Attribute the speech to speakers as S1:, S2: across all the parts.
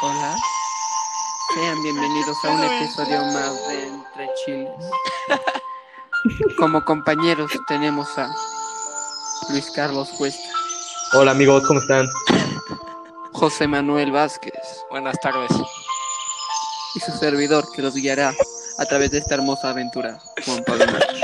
S1: Hola, sean bienvenidos a un episodio más de Entre Chiles. Como compañeros tenemos a Luis Carlos Cuesta,
S2: Hola amigos, ¿cómo están?
S1: José Manuel Vázquez
S3: Buenas tardes.
S1: y su servidor que los guiará a través de esta hermosa aventura, Juan Pablo. March.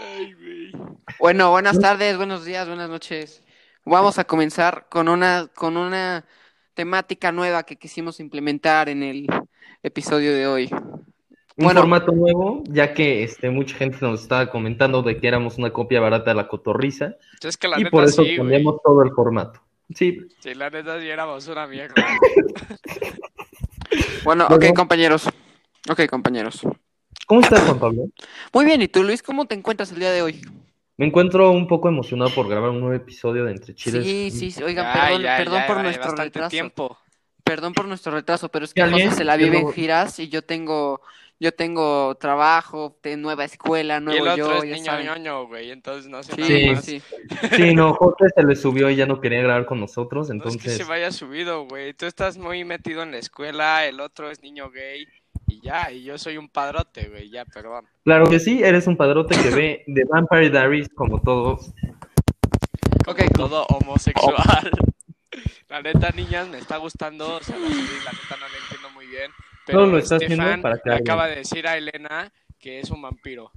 S3: Ay, güey.
S1: Bueno, buenas tardes, buenos días, buenas noches. Vamos a comenzar con una, con una temática nueva que quisimos implementar en el episodio de hoy.
S2: Un
S1: Bueno.
S2: formato nuevo, ya que este, mucha gente nos estaba comentando de que éramos una copia barata de la cotorriza
S3: Yo es que la
S2: y
S3: neta
S2: por eso
S3: sí, güey.
S2: cambiamos todo el formato. Sí,
S3: Sí, la neta sí éramos una mierda.
S1: Bueno, ok,
S2: Bueno.
S1: compañeros. Ok, compañeros.
S2: ¿cómo estás Juan Pablo?
S1: Muy bien, ¿y tú, Luis, cómo te encuentras el día de hoy?
S2: Me encuentro un poco emocionado por grabar un nuevo episodio de Entre Chiles. Mm,
S1: Sí, sí, sí, oigan,
S3: Ya,
S1: perdón,
S3: ya,
S1: perdón
S3: ya,
S1: por
S3: ya,
S1: nuestro
S3: bastante
S1: retraso.
S3: tiempo.
S1: Perdón por nuestro retraso, pero es que
S2: Está
S1: José
S2: bien,
S1: se la vive
S2: pero-
S1: en giras y yo tengo, yo tengo trabajo, te- nueva escuela,
S3: Y el
S1: nuevo
S3: otro
S1: yo,
S3: es
S1: ya
S3: niño
S1: saben.
S3: ñoño, güey. Entonces no sé
S1: Sí,
S3: nada más.
S1: sí.
S2: Sí, no, Jorge se le subió y ya no quería grabar con nosotros,
S3: No es que
S2: entonces...
S3: se vaya subido, güey. Tú estás muy metido en la escuela, el otro es niño gay. Y ya, y yo soy un padrote, güey. Ya, perdón.
S2: Claro que sí, eres un padrote que ve The Vampire Diaries como todos.
S3: Como
S1: Ok, com-
S3: todo homosexual. La neta, niñas, me está gustando. se la subí, la neta no la entiendo muy bien. Pero
S2: No, lo estás
S3: Estefan
S2: viendo para que
S3: le
S2: alguien-
S3: acaba de decir a Elena que es un vampiro.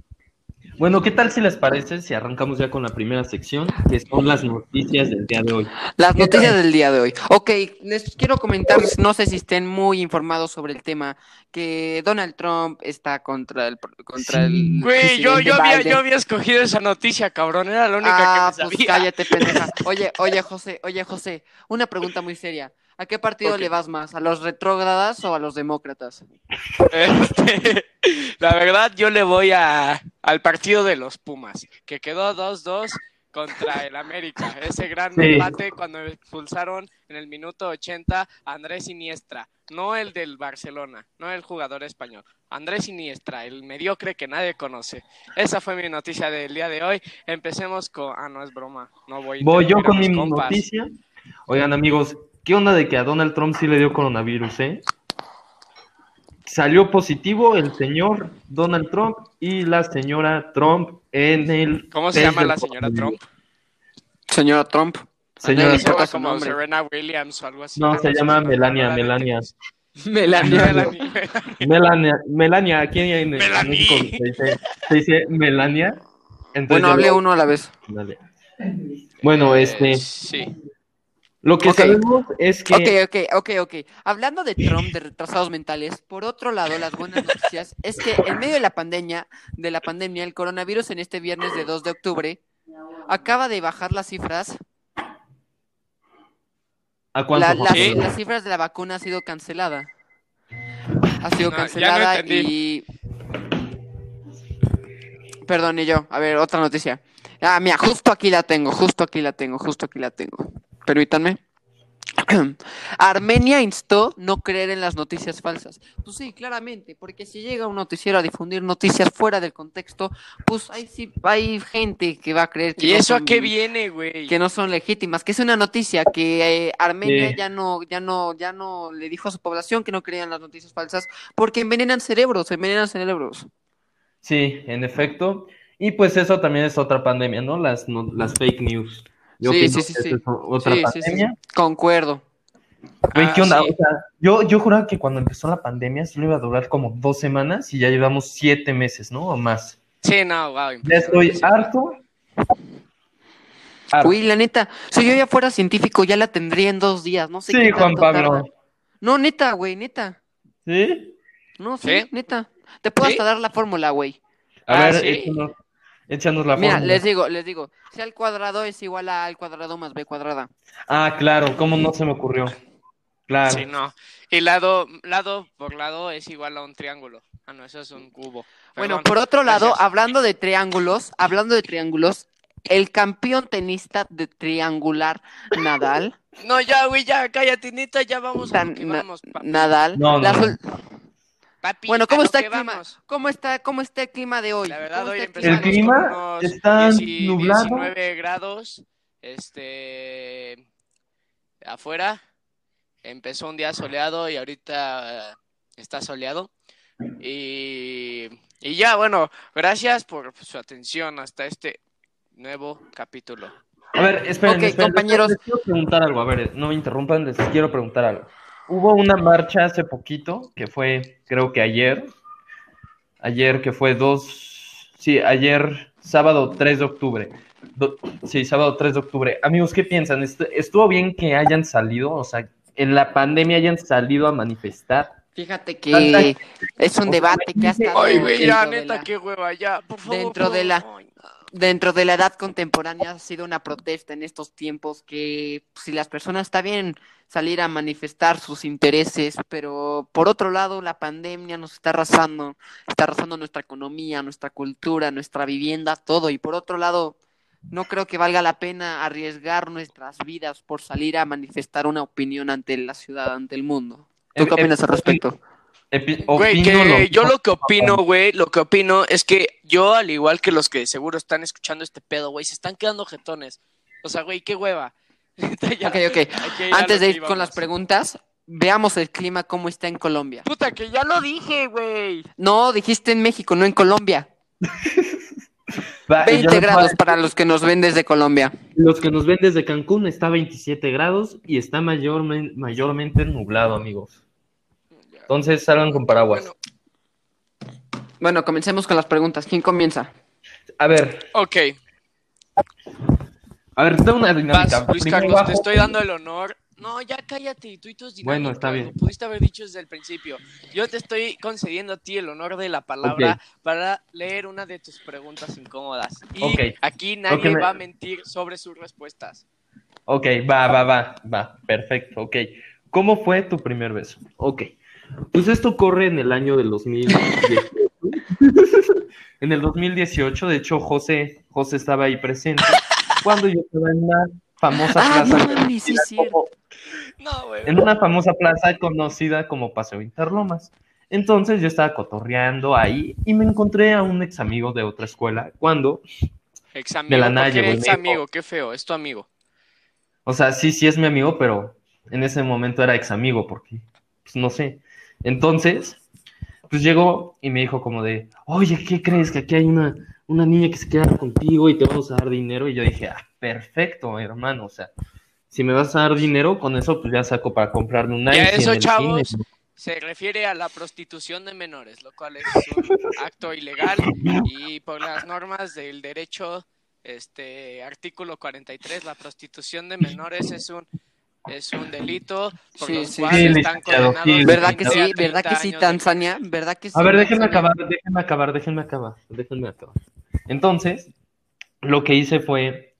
S2: Bueno, ¿qué tal si les parece si arrancamos ya con la primera sección, que son las noticias del día de hoy?
S1: Las noticias del día de hoy. Ok, les quiero comentar, no sé si estén muy informados sobre el tema, que Donald Trump está contra el... Contra el
S3: Güey, yo, yo,
S1: presidente
S3: había,
S1: Biden.
S3: yo había escogido esa noticia, cabrón. Era la única
S1: ah,
S3: que me
S1: pues
S3: sabía.
S1: cállate, pendeja. Oye, oye, José, oye, José, una pregunta muy seria. ¿A qué partido
S3: Ok.
S1: le vas más? ¿A los retrógradas o a los demócratas?
S3: Este, la verdad, yo le voy a, al partido de los Pumas, que quedó 2-2 contra el América. Ese gran
S2: Sí.
S3: empate cuando expulsaron en el minuto 80 a Andrés Iniestra, no el del Barcelona, no el jugador español. Andrés Iniestra, el mediocre que nadie conoce. Esa fue mi noticia del día de hoy. Empecemos con... Ah, no, es broma. No voy a
S2: Voy yo
S3: interrumpir a
S2: con mi
S3: mis compas.
S2: noticia. Oigan, amigos, ¿qué onda de que a Donald Trump sí le dio coronavirus, eh? Salió positivo el señor Donald Trump y la señora Trump en el...
S3: ¿Cómo se
S2: test
S3: llama
S2: del
S3: la señora Trump?
S1: Señora Trump.
S2: Señora
S1: Ándale,
S3: Se llama
S1: Toca su
S3: como
S1: nombre.
S3: Serena Williams o algo así.
S2: No, se llama Melania,
S3: Ahora,
S2: Melania.
S1: Melania.
S3: Melania.
S2: Melania, Melania, aquí en, en
S3: Melanie.
S2: México se dice, se dice Melania. Entonces,
S1: Bueno, hable uno a la vez.
S2: Dale. Bueno, este,
S3: Eh, sí.
S2: lo que
S1: ok.
S2: sabemos es que...
S1: Ok, ok, ok, ok. Hablando de Trump, de retrasados mentales, por otro lado, las buenas noticias es que en medio de la pandemia, de la pandemia, el coronavirus en este viernes de 2 de octubre acaba de bajar las cifras.
S2: ¿A cuánto?
S1: La- las,
S3: Sí.
S1: las cifras de la vacuna ha sido cancelada. Ha sido
S3: No, ya no
S1: cancelada y.
S3: entendí.
S1: Perdón, y yo. A ver, otra noticia. Ah, mira, justo aquí la tengo, justo aquí la tengo, justo aquí la tengo. Permítanme. Armenia instó no creer en las noticias falsas. Pues sí, claramente, porque si llega un noticiero a difundir noticias fuera del contexto, pues hay, sí, hay gente que va a creer que
S3: ¿Y
S1: no
S3: eso a
S1: son-
S3: qué viene, güey?
S1: que no son legítimas, que es una noticia que eh, Armenia
S2: Sí.
S1: ya no, ya no, ya no le dijo a su población que no creían las noticias falsas, porque envenenan cerebros, envenenan cerebros.
S2: Sí, en efecto. Y pues eso también es otra pandemia, ¿no? Las, no- las fake news.
S1: Sí,
S2: opino
S1: sí, sí,
S2: que
S1: sí.
S2: esa es o- otra
S1: Sí, sí, sí,
S2: pandemia.
S1: sí. Concuerdo.
S2: Güey,
S3: Ah,
S2: ¿qué onda?
S3: sí.
S2: O sea, yo, yo juraba que cuando empezó la pandemia solo iba a durar como dos semanas y ya llevamos siete meses, ¿no? O más.
S3: Sí, no, wow.
S2: Ya estoy harto. harto.
S1: Uy, la neta, si yo ya fuera científico, ya la tendría en dos días, no sé
S2: Sí,
S1: qué
S2: Juan
S1: tanto
S2: Pablo.
S1: tarda. No, neta, güey, neta.
S2: ¿Sí?
S1: No, sí,
S3: ¿Sí?
S1: neta. Te puedo
S3: ¿Sí?
S1: hasta dar la fórmula, güey.
S2: A
S3: Ah,
S2: ver,
S3: sí.
S2: échanos, échanos la
S1: Mira,
S2: fórmula.
S1: les digo, les digo, si al cuadrado es igual a al cuadrado más b cuadrada.
S2: Ah, claro, ¿cómo no se me ocurrió? Claro.
S3: Sí, no. Y lado, lado por lado es igual a un triángulo. Ah, no, eso es un cubo.
S1: Bueno,
S3: Perdón.
S1: por otro lado,
S3: Gracias.
S1: hablando de triángulos, hablando de triángulos, el campeón tenista de triangular Nadal,
S3: No, ya, güey, ya, cállate, neta, ya vamos a
S1: Tan-
S3: lo que
S1: na-
S3: vamos, papi.
S1: Nadal.
S2: No, no,
S1: las
S2: no.
S1: ul-
S3: Papi,
S1: Bueno,
S3: a
S1: ¿cómo
S3: lo
S1: está
S3: que
S1: el clima?
S3: vamos.
S1: ¿Cómo está, cómo está el clima de hoy?
S3: La verdad,
S1: ¿Cómo
S3: hoy
S1: está el
S2: El
S3: empezamos
S1: clima?
S2: clima
S3: con unos
S2: está
S3: 10 y
S2: nublado.
S3: 19 grados. este, afuera. Empezó un día soleado y ahorita eh, está soleado. Y, y ya, bueno, gracias por su atención hasta este nuevo capítulo.
S2: A ver, esperen,
S1: Ok,
S2: esperen, les-
S1: compañeros.
S2: Les quiero preguntar algo, a ver, no me interrumpan, les quiero preguntar algo. Hubo una marcha hace poquito, que fue, creo que ayer, ayer que fue 2, sí, ayer sábado 3 de octubre. Do- sí, sábado 3 de octubre. Amigos, ¿qué piensan? ¿Est- ¿Estuvo bien que hayan salido? O sea, en la pandemia hayan salido a manifestar.
S1: Fíjate que es un debate que ha estado
S3: Ay, güey, ya,
S1: dentro de
S3: neta,
S1: la-
S3: qué hueva, ya, por favor.
S1: dentro de
S3: no.
S1: la- dentro de la edad contemporánea ha sido una protesta en estos tiempos que pues, si las personas está bien salir a manifestar sus intereses, pero por otro lado la pandemia nos está arrasando, está arrasando nuestra economía, nuestra cultura, nuestra vivienda, todo y por otro lado no creo que valga la pena arriesgar nuestras vidas por salir a manifestar una opinión ante la ciudad, ante el mundo. ¿Tú
S2: Eh,
S1: qué opinas
S2: eh,
S1: al respecto?
S2: Epi-
S3: Güey,
S2: opino
S3: que yo
S2: mismo.
S3: lo que opino, güey, lo que opino es que yo, al igual que los que seguro están escuchando este pedo, güey, se están quedando jetones. O sea, güey, qué hueva. Neta, ya,
S1: Ok, ok.
S3: hay que ir a
S1: Antes
S3: lo
S1: de
S3: que
S1: ir con
S3: íbamos.
S1: las preguntas, veamos el clima cómo está en Colombia.
S3: Puta, que ya lo dije, güey.
S1: No, dijiste en México, no en Colombia.
S2: Va, Ah, yo
S1: 20
S2: les voy a-
S1: grados para los que nos ven desde Colombia.
S2: Los que nos ven desde Cancún está a 27 grados y está mayormen- mayormente nublado, amigos. Entonces salgan con paraguas.
S3: Bueno.
S1: Bueno, comencemos con las preguntas. ¿Quién comienza?
S2: A ver,
S3: Ok,
S2: a ver, da una dinámica.
S3: vas, Luis
S2: Primero
S3: Carlos,
S2: bajo.
S3: te estoy dando el honor. No, ya cállate, tú y tus dinámicas.
S2: Bueno, está bien.
S3: Lo pudiste haber dicho desde el principio. Yo te estoy concediendo a ti el honor de la palabra para leer una de tus preguntas incómodas. Y
S2: Ok.
S3: aquí nadie
S2: me-
S3: va a mentir sobre sus respuestas.
S2: Ok, va, va, va, va. Perfecto, ok. ¿Cómo fue tu primer beso? Ok. Pues esto corre en el año del 2018. en el 2018, de hecho, José, José estaba ahí presente cuando yo estaba en una famosa
S1: Ah, no
S2: plaza.
S1: mames, sí, es cierto.
S2: como-
S3: No, güey.
S2: en una famosa plaza conocida como Paseo Interlomas. Entonces yo estaba cotorreando ahí y me encontré a un ex amigo de otra escuela cuando,
S3: Ex
S2: De
S3: amigo.
S2: la
S3: ¿por
S2: Naye,
S3: qué
S2: güey,
S3: ex
S2: me dijo.
S3: amigo, qué feo, es tu amigo.
S2: o sea, sí, sí es mi amigo, pero en ese momento era ex amigo porque, pues no sé. Entonces, pues llegó y me dijo como de, oye, ¿qué crees? Que aquí hay una, una niña que se queda contigo y te vamos a dar dinero. Y yo dije, ah, perfecto, hermano, o sea. Si me vas a dar dinero, con eso pues ya saco para comprarme un
S3: Ya
S2: ice en
S3: eso,
S2: el
S3: chavos.
S2: cine.
S3: Se refiere a la prostitución de menores, lo cual es un acto ilegal y por las normas del derecho, este artículo 43, la prostitución de menores es un es un delito por
S1: Sí,
S3: los
S1: sí,
S3: cuales
S1: sí,
S3: están
S2: licenciado,
S3: condenados.
S2: sí,
S1: ¿Verdad que
S2: no.
S1: sí?
S3: 30
S1: ¿Verdad que sí,
S3: años de
S1: Tanzania? ¿Verdad que sí?
S2: A ver, déjenme
S1: Tanzania?
S2: acabar, déjenme acabar, déjenme acabar, déjenme acabar. Entonces, lo que hice fue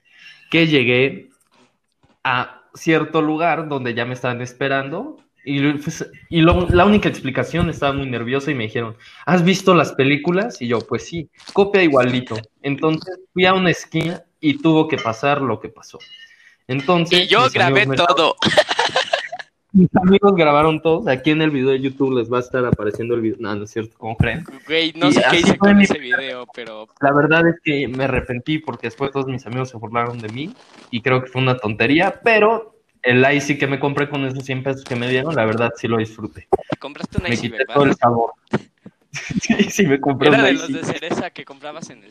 S2: que llegué a cierto lugar donde ya me estaban esperando y, pues, y lo- la única explicación estaba muy nerviosa y me dijeron, ¿has visto las películas? Y yo, pues sí, copia igualito. Entonces fui a una esquina y tuvo que pasar lo que pasó. Entonces,
S3: Y yo
S2: mis
S3: grabé
S2: amigos me-
S3: todo.
S2: mis amigos grabaron todos. Aquí en el video de YouTube les va a estar apareciendo el video. No, no es cierto, ¿cómo creen?
S3: Güey, no
S2: Y
S3: sé qué
S2: así
S3: hice
S2: fue
S3: con
S2: mi-
S3: ese video, pero
S2: La verdad es que me arrepentí porque después todos mis amigos se burlaron de mí y creo que fue una tontería, pero el icy que me compré con esos 100 pesos que me dieron, la verdad sí lo disfruté.
S3: compraste un
S2: me
S3: IC,
S2: quité todo el
S3: ¿verdad?
S2: sabor. sí, sí, me compré
S3: Era
S2: un
S3: de los
S2: icy.
S3: de cereza que comprabas en el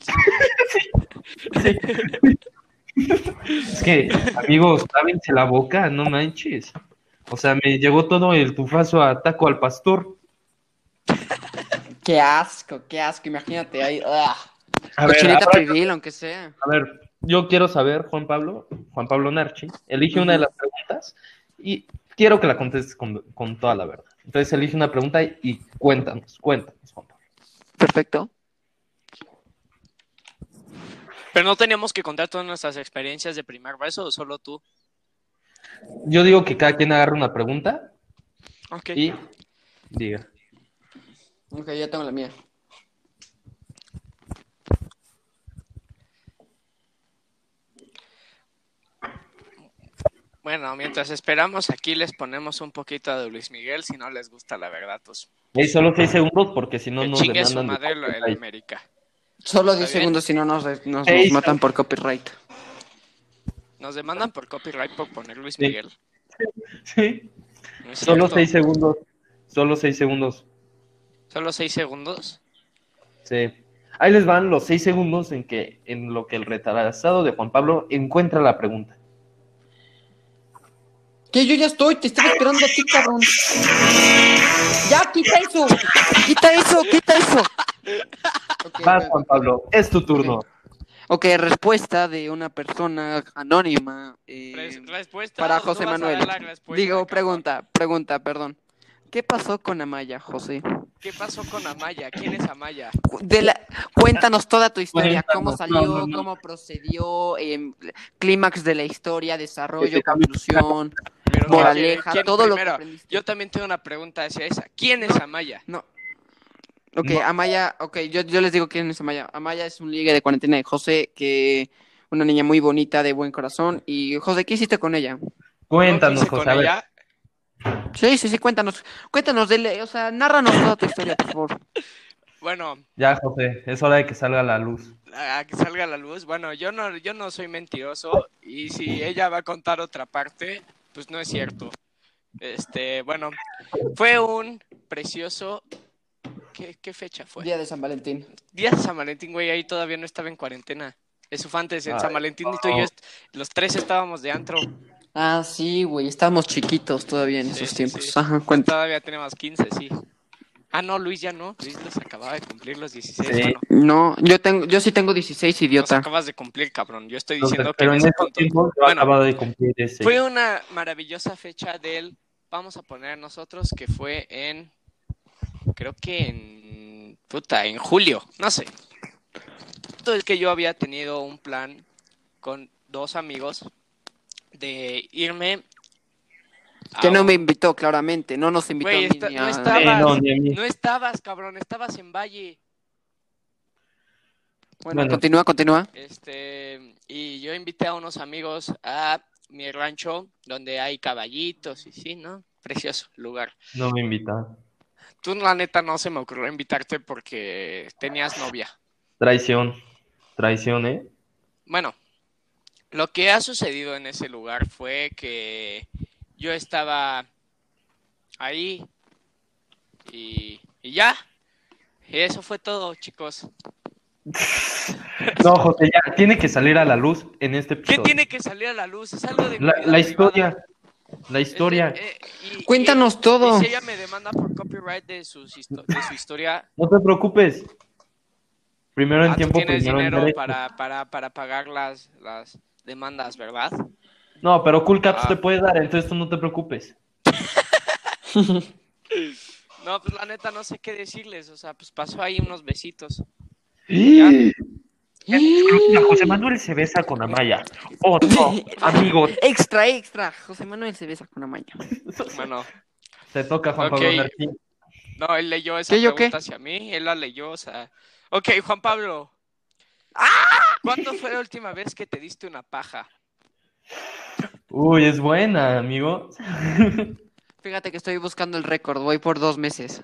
S2: Es que, amigos, lávense la boca, no manches. O sea, me llegó todo el tufazo a taco al pastor.
S1: Qué asco, qué asco. Imagínate ahí. ¡ah!
S2: A ver,
S1: Cochinita
S2: ahora-
S1: pibil, aunque sea.
S2: a ver, yo quiero saber, Juan Pablo, Juan Pablo Narchi, elige una de
S1: Ujú.
S2: las preguntas y quiero que la contestes con, con toda la verdad. Entonces elige una pregunta y, y cuéntanos, cuéntanos, Juan Pablo.
S1: Perfecto.
S3: Pero no teníamos que contar todas nuestras experiencias de primer beso, o solo tú.
S2: Yo digo que cada quien agarre una pregunta
S3: Ok.
S2: y diga.
S1: Ok, ya tengo la mía.
S3: Bueno, mientras esperamos, aquí les ponemos un poquito de Luis Miguel, si no les gusta, la verdad, pues
S2: Ey, solo seis segundos porque si no
S3: que
S2: nos
S3: chingue su
S2: demandan. de
S3: madre lo- el
S2: copyright.
S3: América.
S1: Solo 10
S3: bien.
S1: segundos, si no nos, nos- nos
S2: Ey,
S1: matan por copyright.
S3: Nos demandan por copyright por poner Luis
S2: Sí.
S3: Miguel.
S2: Sí.
S3: No es
S2: Solo
S3: cierto.
S2: seis segundos. Solo seis segundos.
S3: Solo seis segundos.
S2: Sí. Ahí les van los seis segundos en que en lo que el retrasado de Juan Pablo encuentra la pregunta.
S1: Que yo ya estoy, te estoy esperando a ti, cabrón. Ya, quita eso. Quita eso, quita eso. Ok,
S2: Vas, Juan Pablo, es tu turno.
S1: ok, respuesta de una persona anónima. eh,
S3: Res- respuesta.
S1: para
S3: no
S1: José
S3: vas a dar
S1: Manuel.
S3: la respuesta,
S1: digo,
S3: cabrón.
S1: pregunta, pregunta, perdón. ¿Qué pasó con Amaya, José?
S3: ¿Qué pasó con Amaya? ¿Quién es Amaya?
S1: Cu- de la- cuéntanos toda tu historia, cómo
S2: Cuéntanos,
S1: salió,
S2: no, no, no.
S1: cómo procedió, em, clímax de la historia, desarrollo,
S2: Ese cambio-
S1: conclusión,
S3: Pero,
S1: moraleja,
S3: ¿quién
S1: todo lo que
S3: primero?
S1: aprendiste.
S3: Yo también tengo una pregunta hacia esa. ¿Quién es Amaya?
S1: No. Ok,
S2: No.
S1: Amaya, ok, yo, yo les digo quién es Amaya. Amaya es un ligue de cuarentena de José, que una niña muy bonita, de buen corazón. Y José, ¿qué hiciste con ella?
S2: Cuéntanos,
S3: ¿No hice con
S2: José. A ver,
S3: ella?
S1: Sí, sí, sí, cuéntanos, cuéntanos, dele, o sea, nárranos toda tu historia, por favor.
S3: Bueno,
S2: ya, José, es hora de que salga la luz.
S3: a que salga la luz. Bueno, yo no, yo no soy mentiroso y si ella va a contar otra parte, pues no es cierto. Este, bueno, fue un precioso. ¿Qué, qué fecha fue?
S1: Día de San Valentín.
S3: Día de San Valentín, güey, ahí todavía no estaba en cuarentena. Eso fue antes, en
S2: Ay,
S3: San Valentín y tú y yo,
S2: no.
S3: est- los tres estábamos de antro.
S1: Ah, sí, güey, estábamos chiquitos todavía en
S3: Sí,
S1: esos
S3: sí,
S1: tiempos.
S3: sí.
S1: Ajá, cuenta.
S3: Todavía teníamos 15, sí. Ah, no, Luis ya no. Luis los acababa de cumplir los 16.
S2: Sí.
S3: Bueno,
S1: No, yo tengo, yo sí tengo 16,
S3: los
S1: idiota.
S3: acabas de cumplir, cabrón. Yo estoy
S2: Entonces,
S3: diciendo que
S2: pero en
S3: en ese
S2: estos
S3: punto.
S2: tiempos yo
S3: Bueno.
S2: acababa de cumplir ese.
S3: Fue una maravillosa fecha del. Vamos a poner nosotros que fue en. Creo que en. Puta, en julio. No sé. Todo es que yo había tenido un plan con dos amigos de irme. a
S1: Que no
S3: un-
S1: me invitó, claramente. No nos invitó
S3: Ah, Güey,
S1: ni,
S3: está-
S1: ni
S3: no
S1: a-
S2: Sí,
S3: estaba-
S2: Eh, no, ni a mí.
S3: No estabas, cabrón. Estabas en Valle.
S1: Bueno,
S2: Bueno.
S1: continúa, continúa.
S3: Este, y yo invité a unos amigos a mi rancho donde hay caballitos y sí, ¿no? Precioso lugar.
S2: No me invitaron.
S3: Tú, la neta, no se me ocurrió invitarte porque tenías novia.
S2: Traición. Traición, ¿eh?
S3: Bueno, lo que ha sucedido en ese lugar fue que yo estaba ahí y, y ya. Y eso fue todo, chicos.
S2: No, José, ya tiene que salir a la luz en este
S3: ¿Qué
S2: episodio.
S3: tiene que salir a la luz? Es algo de mi
S2: La,
S3: vida
S2: la
S3: privada.
S2: historia. La
S3: Es de-
S2: historia.
S3: eh, y-
S1: Cuéntanos
S3: y-
S1: todo.
S3: y si ella me demanda por copyright de, sus histo- de su historia,
S2: No te preocupes. Primero en
S3: eh, ah, tú
S2: tiempo,
S3: tienes
S2: primero en
S3: dinero
S2: derecho.
S3: para, para, para pagar las, las demandas, ¿verdad?
S2: No, pero Cool Caps
S3: Ah.
S2: te puede dar, entonces tú no te preocupes.
S3: No, pues la neta no sé qué decirles. O sea, pues pasó ahí unos besitos.
S2: José Manuel se besa con Amaya. Oh, no, amigo.
S1: Extra, extra. José Manuel se besa con Amaya.
S3: Bueno,
S2: Te toca, Juan
S3: Ok.
S2: Pablo Martín.
S3: no, él leyó esa
S1: ¿Qué, yo qué?
S3: pregunta hacia mí, él la leyó, o sea. Ok, Juan Pablo.
S1: ¡Ah!
S3: ¿Cuándo fue la última vez que te diste una paja?
S2: Uy, es buena, amigo.
S1: Fíjate que estoy buscando el récord. Voy por dos meses.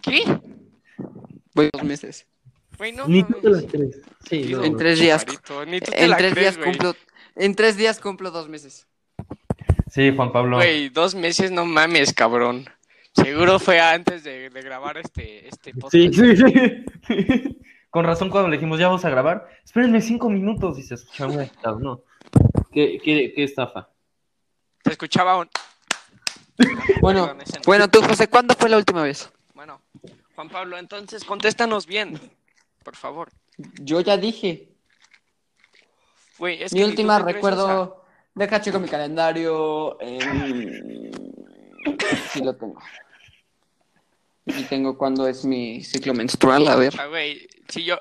S3: ¿Qué?
S1: Voy dos meses.
S3: Güey, no
S2: Ni tú te la
S3: mames.
S2: crees. Sí, no,
S1: En
S2: no.
S1: tres días.
S3: Marito, Ni tú te
S1: En
S3: la
S1: tres
S3: crees,
S1: días
S3: güey.
S1: cumplo. En tres días cumplo dos meses.
S2: Sí, Juan Pablo.
S3: Güey, dos meses no mames, cabrón. Seguro fue antes de, de grabar este, este podcast.
S2: Sí, sí, sí. Con razón cuando le dijimos, ya vamos a grabar, espérenme cinco minutos y se escuchaba muy agitado, ¿no? ¿Qué, qué, qué estafa?
S3: Se escuchaba un.
S1: Bueno,
S3: Perdón, ese no.
S1: bueno, tú, José, ¿cuándo fue la última vez?
S3: Bueno, Juan Pablo, entonces contéstanos bien, por favor.
S1: Yo ya dije.
S3: Güey, es
S1: Mi
S3: que ni tú
S1: última
S3: te crees esa.
S1: recuerdo. Deja chico mi calendario. em, sí lo tengo. Y tengo cuándo es mi ciclo menstrual, a ver.
S3: Ah, güey, si yo.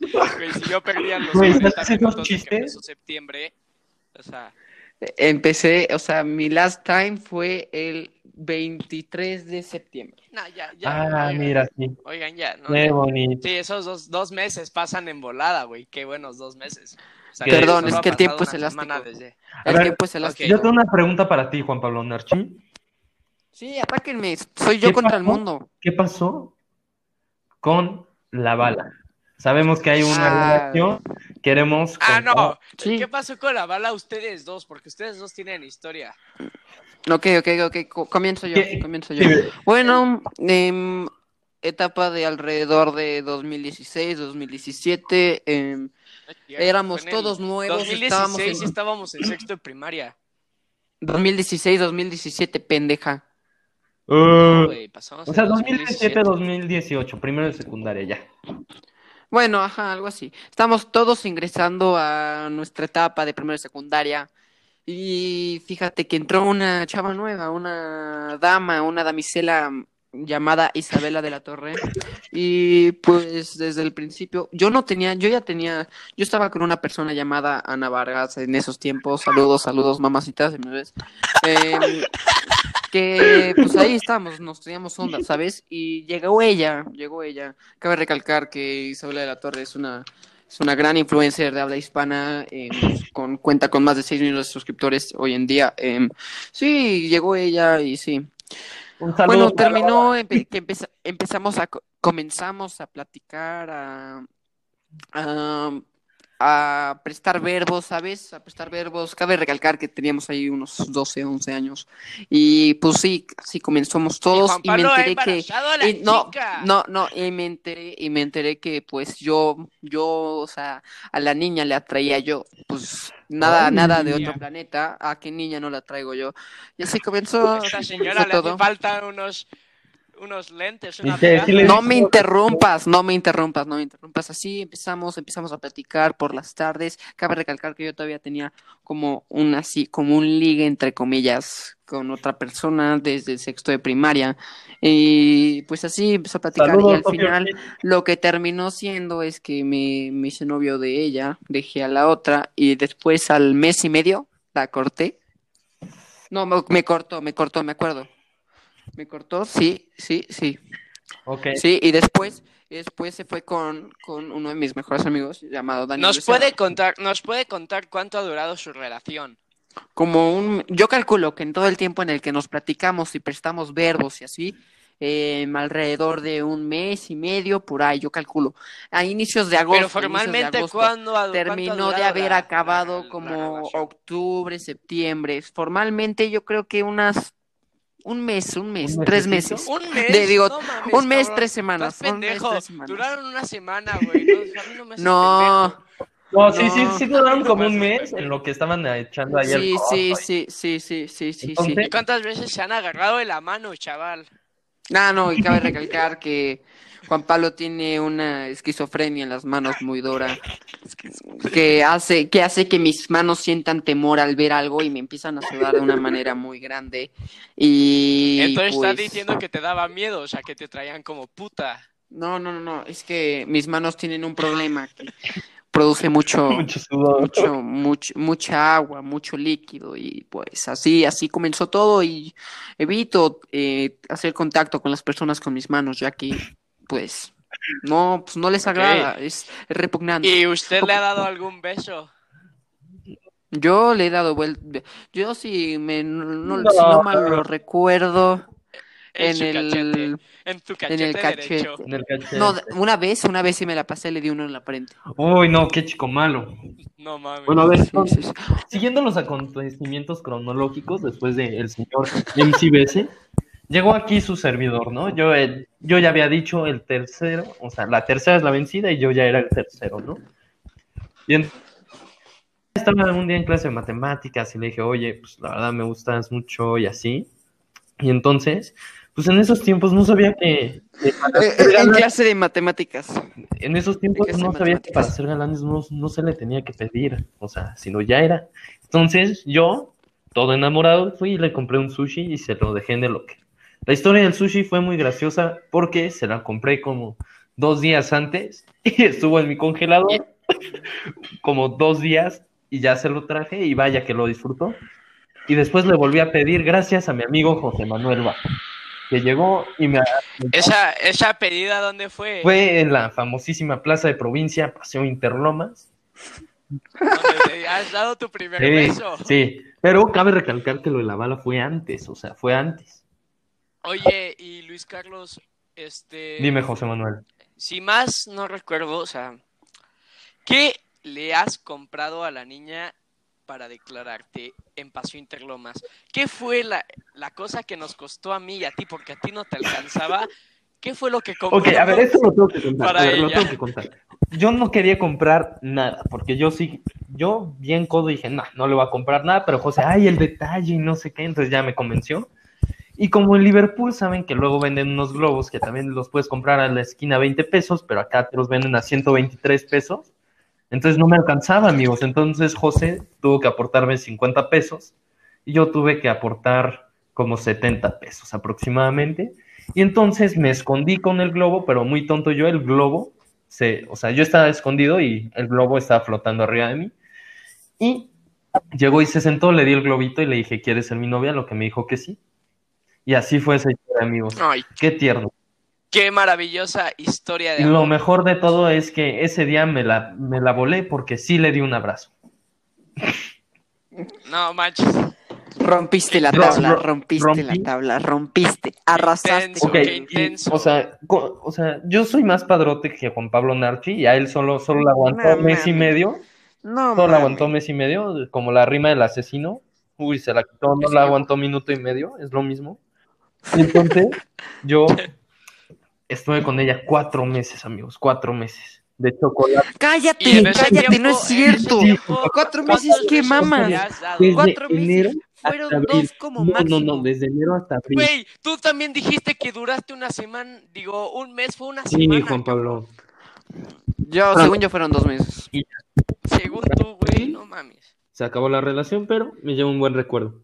S3: Güey, si yo perdía los
S2: Güey,
S3: 40
S2: ¿sabes esos
S3: minutos de que
S2: chistes?
S3: empezó septiembre. O sea,
S1: Empecé, o sea, mi last time fue el 23 de septiembre.
S3: no, ya, ya.
S2: Ah,
S3: oigan,
S2: mira, sí.
S3: Oigan, ya. No,
S2: Qué bonito.
S3: Sí, esos dos, dos meses pasan en volada, güey. Qué buenos dos meses. O sea,
S2: Perdón,
S3: solo
S2: es
S3: ha
S1: que el tiempo
S3: pasado
S1: es
S3: una semana
S1: elástico.
S3: desde-
S2: A
S1: El
S2: ver,
S1: tiempo es elástico.
S2: Yo tengo una pregunta para ti, Juan Pablo Narchi.
S1: Sí, atáquenme. Soy yo
S2: ¿Qué
S1: contra el
S2: pasó?
S1: mundo.
S2: ¿Qué pasó con la bala? Sabemos que hay una
S1: Ah.
S2: relación Queremos.
S3: Ah, no.
S2: contar-
S1: Sí.
S3: ¿Qué pasó con la bala ustedes dos? Porque ustedes dos tienen historia.
S1: Ok, ok, ok. co- Comienzo yo.
S2: ¿Qué?
S1: Comienzo yo.
S2: Sí,
S1: Bueno, em, etapa de alrededor de 2016, 2017. em, éramos
S3: Fue en el
S1: todos nuevos.
S3: 2016
S1: estábamos en...
S3: estábamos en sexto de primaria.
S1: 2016, 2017, pendeja.
S3: No,
S2: eh,
S3: güey, pasamos
S2: o sea,
S3: en
S2: 2017, 2018, primero de secundaria ya.
S1: Bueno, ajá, algo así. Estamos todos ingresando a nuestra etapa de primera y secundaria. Y fíjate que entró una chava nueva, una dama, una damisela llamada Isabela de la Torre. Y pues desde el principio, yo no tenía, yo ya tenía, yo estaba con una persona llamada Ana Vargas en esos tiempos. Saludos, saludos, mamacitas, si me ves. Em, que pues ahí estamos, nos teníamos onda, ¿sabes? Y llegó ella, llegó ella. Cabe recalcar que Isabela de la Torre es una, es una gran influencer de habla hispana, eh, con, cuenta con más de 6 millones de suscriptores hoy en día. eh, sí, llegó ella y sí.
S2: Un saludo.
S1: Bueno, terminó, empe- que empeza- empezamos a, co- comenzamos a platicar, a, a, a prestar verbos, ¿sabes? A prestar verbos. Cabe recalcar que teníamos ahí unos 12, 11 años. Y pues sí, sí comenzamos todos
S3: Juan
S1: y me
S3: Pablo ha
S1: enteré que...
S3: embarazado a la
S1: Y no,
S3: chica.
S1: no, no, y me enteré, y me enteré que pues yo, yo, o sea, a la niña le atraía yo, pues nada,
S2: Ay,
S1: nada de
S3: niña.
S1: otro planeta, a qué niña no la traigo yo. Y así comenzó,
S3: Esta
S1: así
S3: señora
S1: comenzó
S3: le hace
S1: todo.
S3: falta unos, unos lentes, una
S2: Dice, sí le-
S3: pegada.
S1: No me interrumpas, no me interrumpas, no me interrumpas. Así empezamos, empezamos a platicar por las tardes. Cabe recalcar que yo todavía tenía como un así, como un ligue entre comillas con otra persona desde el sexto de primaria. Y pues así empezó a platicar y
S2: Saludos,
S1: al
S2: Tokio
S1: final
S2: Kid.
S1: lo que terminó siendo es que me, me hice novio de ella, dejé a la otra y después al mes y medio la corté. No, me, me cortó, me cortó, me acuerdo. Me cortó, sí, sí, sí.
S2: Ok.
S1: Sí, y después, y después se fue con, con uno de mis mejores amigos llamado Daniel.
S3: Nos
S1: Becerra.
S3: puede contar, nos puede contar cuánto ha durado su relación.
S1: Como un, yo calculo que en todo el tiempo en el que nos platicamos y prestamos verbos y así, em, alrededor de un mes y medio por ahí, yo calculo. A inicios de agosto.
S3: Pero
S1: inicios de
S3: formalmente,
S1: agosto.
S3: ¿cuándo ha- cuánto ha
S1: terminó de
S3: durado
S1: haber
S3: la-
S1: acabado
S3: la- la
S1: como
S3: relación?
S1: octubre, septiembre. Formalmente yo creo que unas un mes, un mes,
S2: ¿Un
S1: tres
S2: mesecito?
S1: meses.
S3: Un mes,
S1: De- digo,
S3: no mames,
S1: un mes,
S3: cabrón.
S1: tres
S3: Estás
S1: semanas. Un mes,
S3: pendejo.
S1: tres semanas.
S3: Duraron una semana, güey. No, a mí no me haces
S1: No,
S3: pendejo.
S2: No, sí,
S1: No.
S2: sí, sí duraron como un
S3: Pues,
S2: mes en lo que estaban echando ayer.
S1: sí, sí, sí, sí, sí, sí, sí, sí.
S2: Entonces-
S3: ¿Y cuántas veces se han agarrado de la mano, chaval?
S1: Ah, no, y cabe recalcar que Juan Pablo tiene una esquizofrenia en las manos muy dura, que hace, que hace que mis manos sientan temor al ver algo y me empiezan a sudar de una manera muy grande. Y
S3: Entonces estás
S1: pues,
S3: diciendo que te daba miedo, o sea, que te traían como puta.
S1: No, no, no, no, es que mis manos tienen un problema que produce mucho,
S2: Mucho sudor.
S1: mucho, much- mucha agua, mucho líquido y pues así, así comenzó todo y evito eh, hacer contacto con las personas con mis manos, ya que pues no, pues no les agrada, es repugnante.
S3: ¿Y usted le ha dado algún beso?
S1: Yo le he dado vuelta, yo si me no,
S2: No.
S1: si no mal lo recuerdo
S3: En,
S1: en
S3: su
S1: el
S3: cachete. En tu cachete,
S1: en el
S3: derecho.
S1: cachete.
S2: En el cachete.
S1: No, una vez, una vez sí me la pasé, le di uno en la frente.
S2: Uy, no, qué chico malo.
S3: No mames.
S2: Bueno, a ver,
S1: Sí, sí, sí.
S2: siguiendo los acontecimientos cronológicos, después del señor MCBS, llegó aquí su servidor, ¿no? Yo, eh, yo ya había dicho el tercero, o sea, la tercera es la vencida y yo ya era el tercero, ¿no? Y en- estaba un día en clase de matemáticas y le dije, oye, pues la verdad me gustas mucho y así. Y entonces, pues en esos tiempos no sabía que... que para
S1: Eh,
S2: ser
S1: eh, en
S2: galán-
S1: clase de matemáticas.
S2: en esos tiempos
S1: clase de
S2: no sabía que
S1: matemáticas.
S2: para ser galanes no, no se le tenía que pedir, o sea, sino ya era. Entonces yo, todo enamorado, fui y le compré un sushi y se lo dejé en el locker. La historia del sushi fue muy graciosa porque se la compré como dos días antes y estuvo en mi congelador como dos días y ya se lo traje y vaya que lo disfrutó. Y después le volví a pedir gracias a mi amigo José Manuel Bajo, que llegó y me
S3: Esa, esa pedida, ¿dónde fue?
S2: fue en la famosísima plaza de provincia, Paseo Interlomas.
S3: Donde te has dado tu primer
S2: Sí,
S3: beso.
S2: sí, pero cabe recalcar que lo de la bala fue antes, o sea, fue antes.
S3: Oye, y Luis Carlos, este.
S2: Dime, José Manuel.
S3: Si más no recuerdo, o sea. ¿Qué le has comprado a la niña para declararte en Paseo Interlomas? ¿Qué fue la, la cosa que nos costó a mí y a ti, porque a ti no te alcanzaba? ¿Qué fue lo que compró?
S2: Ok, a ver, esto lo tengo que contar.
S3: Para
S2: a ver, lo
S3: ella.
S2: tengo que contar. Yo no quería comprar nada, porque yo sí, yo bien codo dije, no, no le voy a comprar nada, pero José, ay, el detalle y no sé qué, entonces ya me convenció. Y como en Liverpool saben que luego venden unos globos que también los puedes comprar a la esquina a 20 pesos, pero acá te los venden a 123 pesos. Entonces no me alcanzaba, amigos. Entonces José tuvo que aportarme 50 pesos y yo tuve que aportar como 70 pesos aproximadamente. Y entonces me escondí con el globo, pero muy tonto yo, el globo, se, o sea, yo estaba escondido y el globo estaba flotando arriba de mí. Y llegó y se sentó, le di el globito y le dije, ¿quieres ser mi novia? Lo que me dijo que sí. Y así fue esa historia, amigos.
S3: Ay,
S2: Qué tierno.
S3: qué maravillosa historia de
S2: Y lo
S3: amor.
S2: mejor de todo es que ese día me la, me la volé porque sí le di un abrazo.
S3: No manches.
S1: Rompiste la
S2: Ro-
S1: tabla,
S2: ro-
S1: rompiste
S2: rompí.
S1: la tabla, rompiste, arrasaste.
S3: Intenso,
S1: con
S2: Ok,
S3: qué
S2: y,
S1: él.
S3: intenso.
S2: o, sea, co- o sea, yo soy más padrote que Juan Pablo Narchi y a él solo, solo le aguantó
S1: No
S2: mes y
S1: mames.
S2: medio.
S1: No,
S2: Solo la
S1: mames.
S2: aguantó mes y medio, como la rima del asesino. Uy, se la quitó, no la aguantó minuto y medio, es lo mismo. Y entonces, yo estuve con ella cuatro meses, amigos, cuatro meses. De chocolate.
S3: Y
S1: Cállate,
S3: en ese
S1: cállate,
S3: tiempo-
S1: no es
S3: en ese
S1: cierto.
S3: tiempo,
S1: Cuatro
S3: ¿cuántos
S1: meses que
S3: besos
S1: mamas.
S3: le has dado?
S1: Desde- Cuatro meses,
S2: hasta
S1: Fueron
S2: abril.
S1: dos como máximo.
S2: No, no, no, desde enero hasta abril.
S3: Güey, tú también dijiste que duraste una semana, digo, un mes, fue una
S2: sí,
S3: semana.
S2: Juan Pablo.
S1: Yo, según yo, fueron dos meses.
S3: Según tú, güey, no mames.
S2: Se acabó la relación, pero me lleva un buen recuerdo.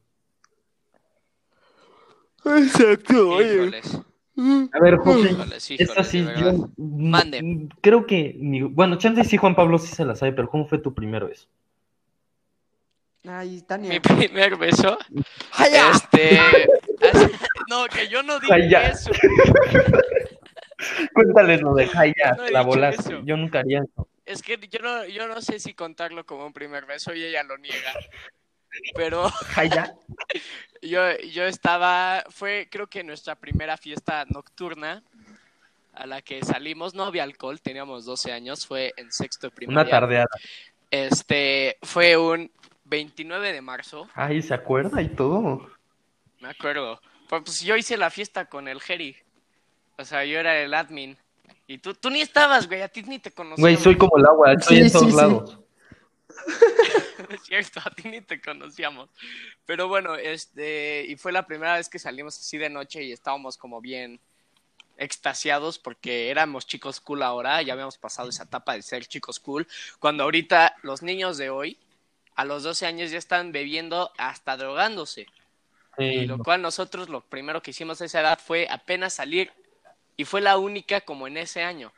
S1: Exacto,
S3: Híjoles,
S2: A ver, José,
S3: híjoles, híjoles.
S2: Esta sí,
S3: de
S2: yo
S3: verdad.
S2: mm,
S3: Mande.
S2: mm, creo que, ni- bueno, chance sí Juan Pablo sí se la sabe, pero ¿cómo fue tu primero eso?
S1: Ay, Tania.
S3: Mi primer beso.
S1: Ay, ya.
S3: Este. No, que yo no dije
S2: Ay, ya.
S3: eso.
S2: Cuéntales lo de Jaya,
S3: No he
S2: la
S3: dicho
S2: volaste,
S3: eso.
S2: yo nunca haría eso.
S3: Es que yo no, yo no sé si contarlo como un primer beso y ella lo niega. Pero
S2: Jaya,
S3: yo, yo estaba, fue creo que nuestra primera fiesta nocturna a la que salimos, no había alcohol, teníamos 12 años, fue en sexto de primaria.
S2: una tardeada.
S3: Este, fue un 29 de marzo,
S2: Ay, ¿se acuerda y todo?
S3: me acuerdo. Pues, pues, yo hice la fiesta con el Jerry. O sea, yo era el admin. Y tú, tú ni estabas, güey, a ti ni te conocía.
S2: Güey, soy como el agua, estoy
S1: Sí,
S2: en todos
S1: sí, sí.
S2: lados.
S3: Es cierto, a ti ni te conocíamos. Pero bueno, este, y fue la primera vez que salimos así de noche y estábamos como bien extasiados porque éramos chicos cool ahora, ya habíamos pasado esa etapa de ser chicos cool, cuando ahorita los niños de hoy, a los 12 años ya están bebiendo hasta drogándose. Y
S2: Sí,
S3: lo cual nosotros lo primero que hicimos a esa edad fue apenas salir y fue la única como en ese año.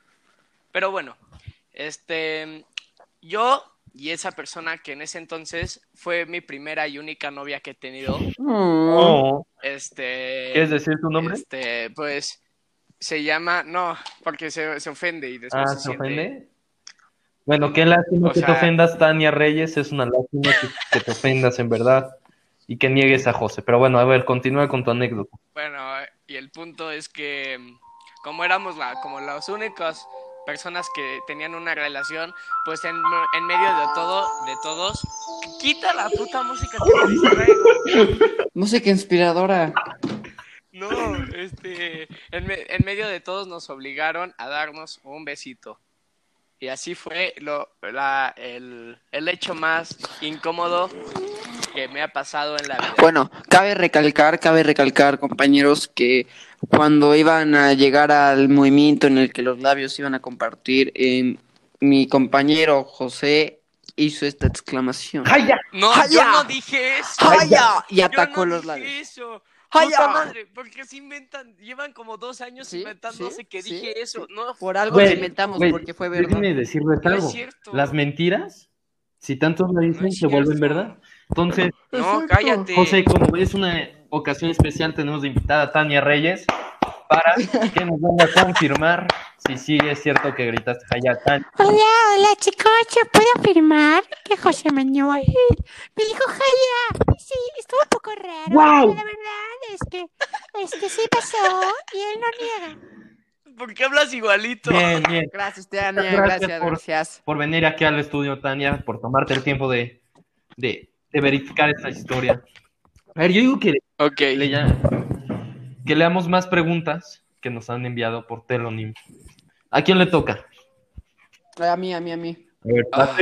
S3: Pero bueno, este yo y esa persona que en ese entonces fue mi primera y única novia que he tenido,
S1: Mm.
S2: No,
S3: este
S2: ¿quieres decir tu nombre?
S3: este pues se llama no, porque se, se ofende y después
S2: Ah,
S3: se,
S2: ¿se
S3: siente-
S2: ofende? Bueno, qué lástima
S3: O
S2: que te
S3: sea-
S2: ofendas, Tania Reyes, es una lástima que, que te ofendas en verdad y que niegues a José. Pero bueno, a ver, continúa con tu anécdota.
S3: Bueno, y el punto es que mm, como éramos la, como las únicas personas que tenían una relación, pues en, en medio de todo, de todos, quita la puta música que te distraigo.
S1: Música inspiradora.
S3: No, este, en, me- en medio de todos nos obligaron a darnos un besito. Y así fue lo, la, el, el hecho más incómodo que me ha pasado en la vida.
S1: Bueno, cabe recalcar, cabe recalcar, compañeros, que cuando iban a llegar al movimiento en el que los labios se iban a compartir, eh, mi compañero José hizo esta exclamación.
S2: ¡Jaya!
S3: No, yo
S1: ¡Jaya!
S3: no dije eso.
S1: ¡Jaya! Y
S3: Yo
S1: atacó
S3: no
S1: los
S3: dije
S1: labios.
S3: eso.
S1: ¡Jaya!
S3: Puta madre, porque se inventan, llevan como dos años
S1: Sí,
S3: inventándose
S1: sí,
S3: que
S1: sí.
S3: dije eso. No,
S1: Por algo
S2: Güey,
S1: lo inventamos,
S2: güey,
S1: porque fue verdad.
S2: Déjenme decirles
S3: No es
S2: algo.
S3: cierto.
S2: Las mentiras, si tantos la
S3: No
S2: dicen,
S3: es
S2: se vuelven
S3: cierto.
S2: verdad. Entonces,
S3: no,
S1: Exacto.
S3: cállate.
S2: José, como es una ocasión especial, tenemos de invitada a Tania Reyes para que nos venga a confirmar si sí es cierto que gritaste allá, Tania.
S4: Hola, hola chicos, yo puedo afirmar que José Manuel me dijo Jaya. Sí, estuvo un poco raro,
S2: ¡Guau!
S4: pero la verdad es que este sí pasó y él no niega.
S3: ¿Por qué hablas igualito?
S2: Bien, bien.
S1: Gracias, Tania.
S2: Gracias
S1: Gracias,
S2: por-
S1: gracias.
S2: Por venir aquí al estudio, Tania, por tomarte el tiempo de, de, de verificar esta historia. A ver, yo digo que,
S3: Ok.
S2: le- ya- que leamos más preguntas que nos han enviado por Telonym. ¿A quién le toca?
S1: A mí, a mí, a mí.
S2: A ver,
S3: Ah.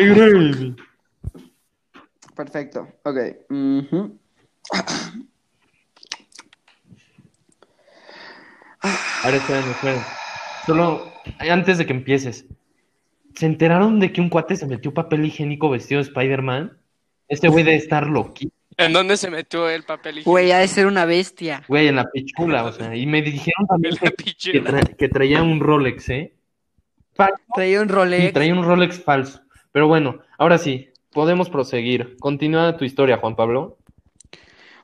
S1: Perfecto. Ok. ujú.
S2: esperen, esperen. Solo antes de que empieces. ¿Se enteraron de que un cuate se metió papel higiénico vestido de Spider-Man? Este güey debe estar loquito.
S3: ¿En dónde se metió el papel higiénico?
S1: Güey, ha de ser una bestia.
S2: Güey, en la pichula, o sea. Y me dijeron también
S3: En
S2: que,
S3: la
S2: que
S3: pichula.
S2: tra- que traía un Rolex, ¿eh? Falso.
S1: Traía un
S2: Sí,
S1: Rolex.
S2: traía un Rolex falso. Pero bueno, ahora sí, podemos proseguir. Continúa tu historia, Juan Pablo.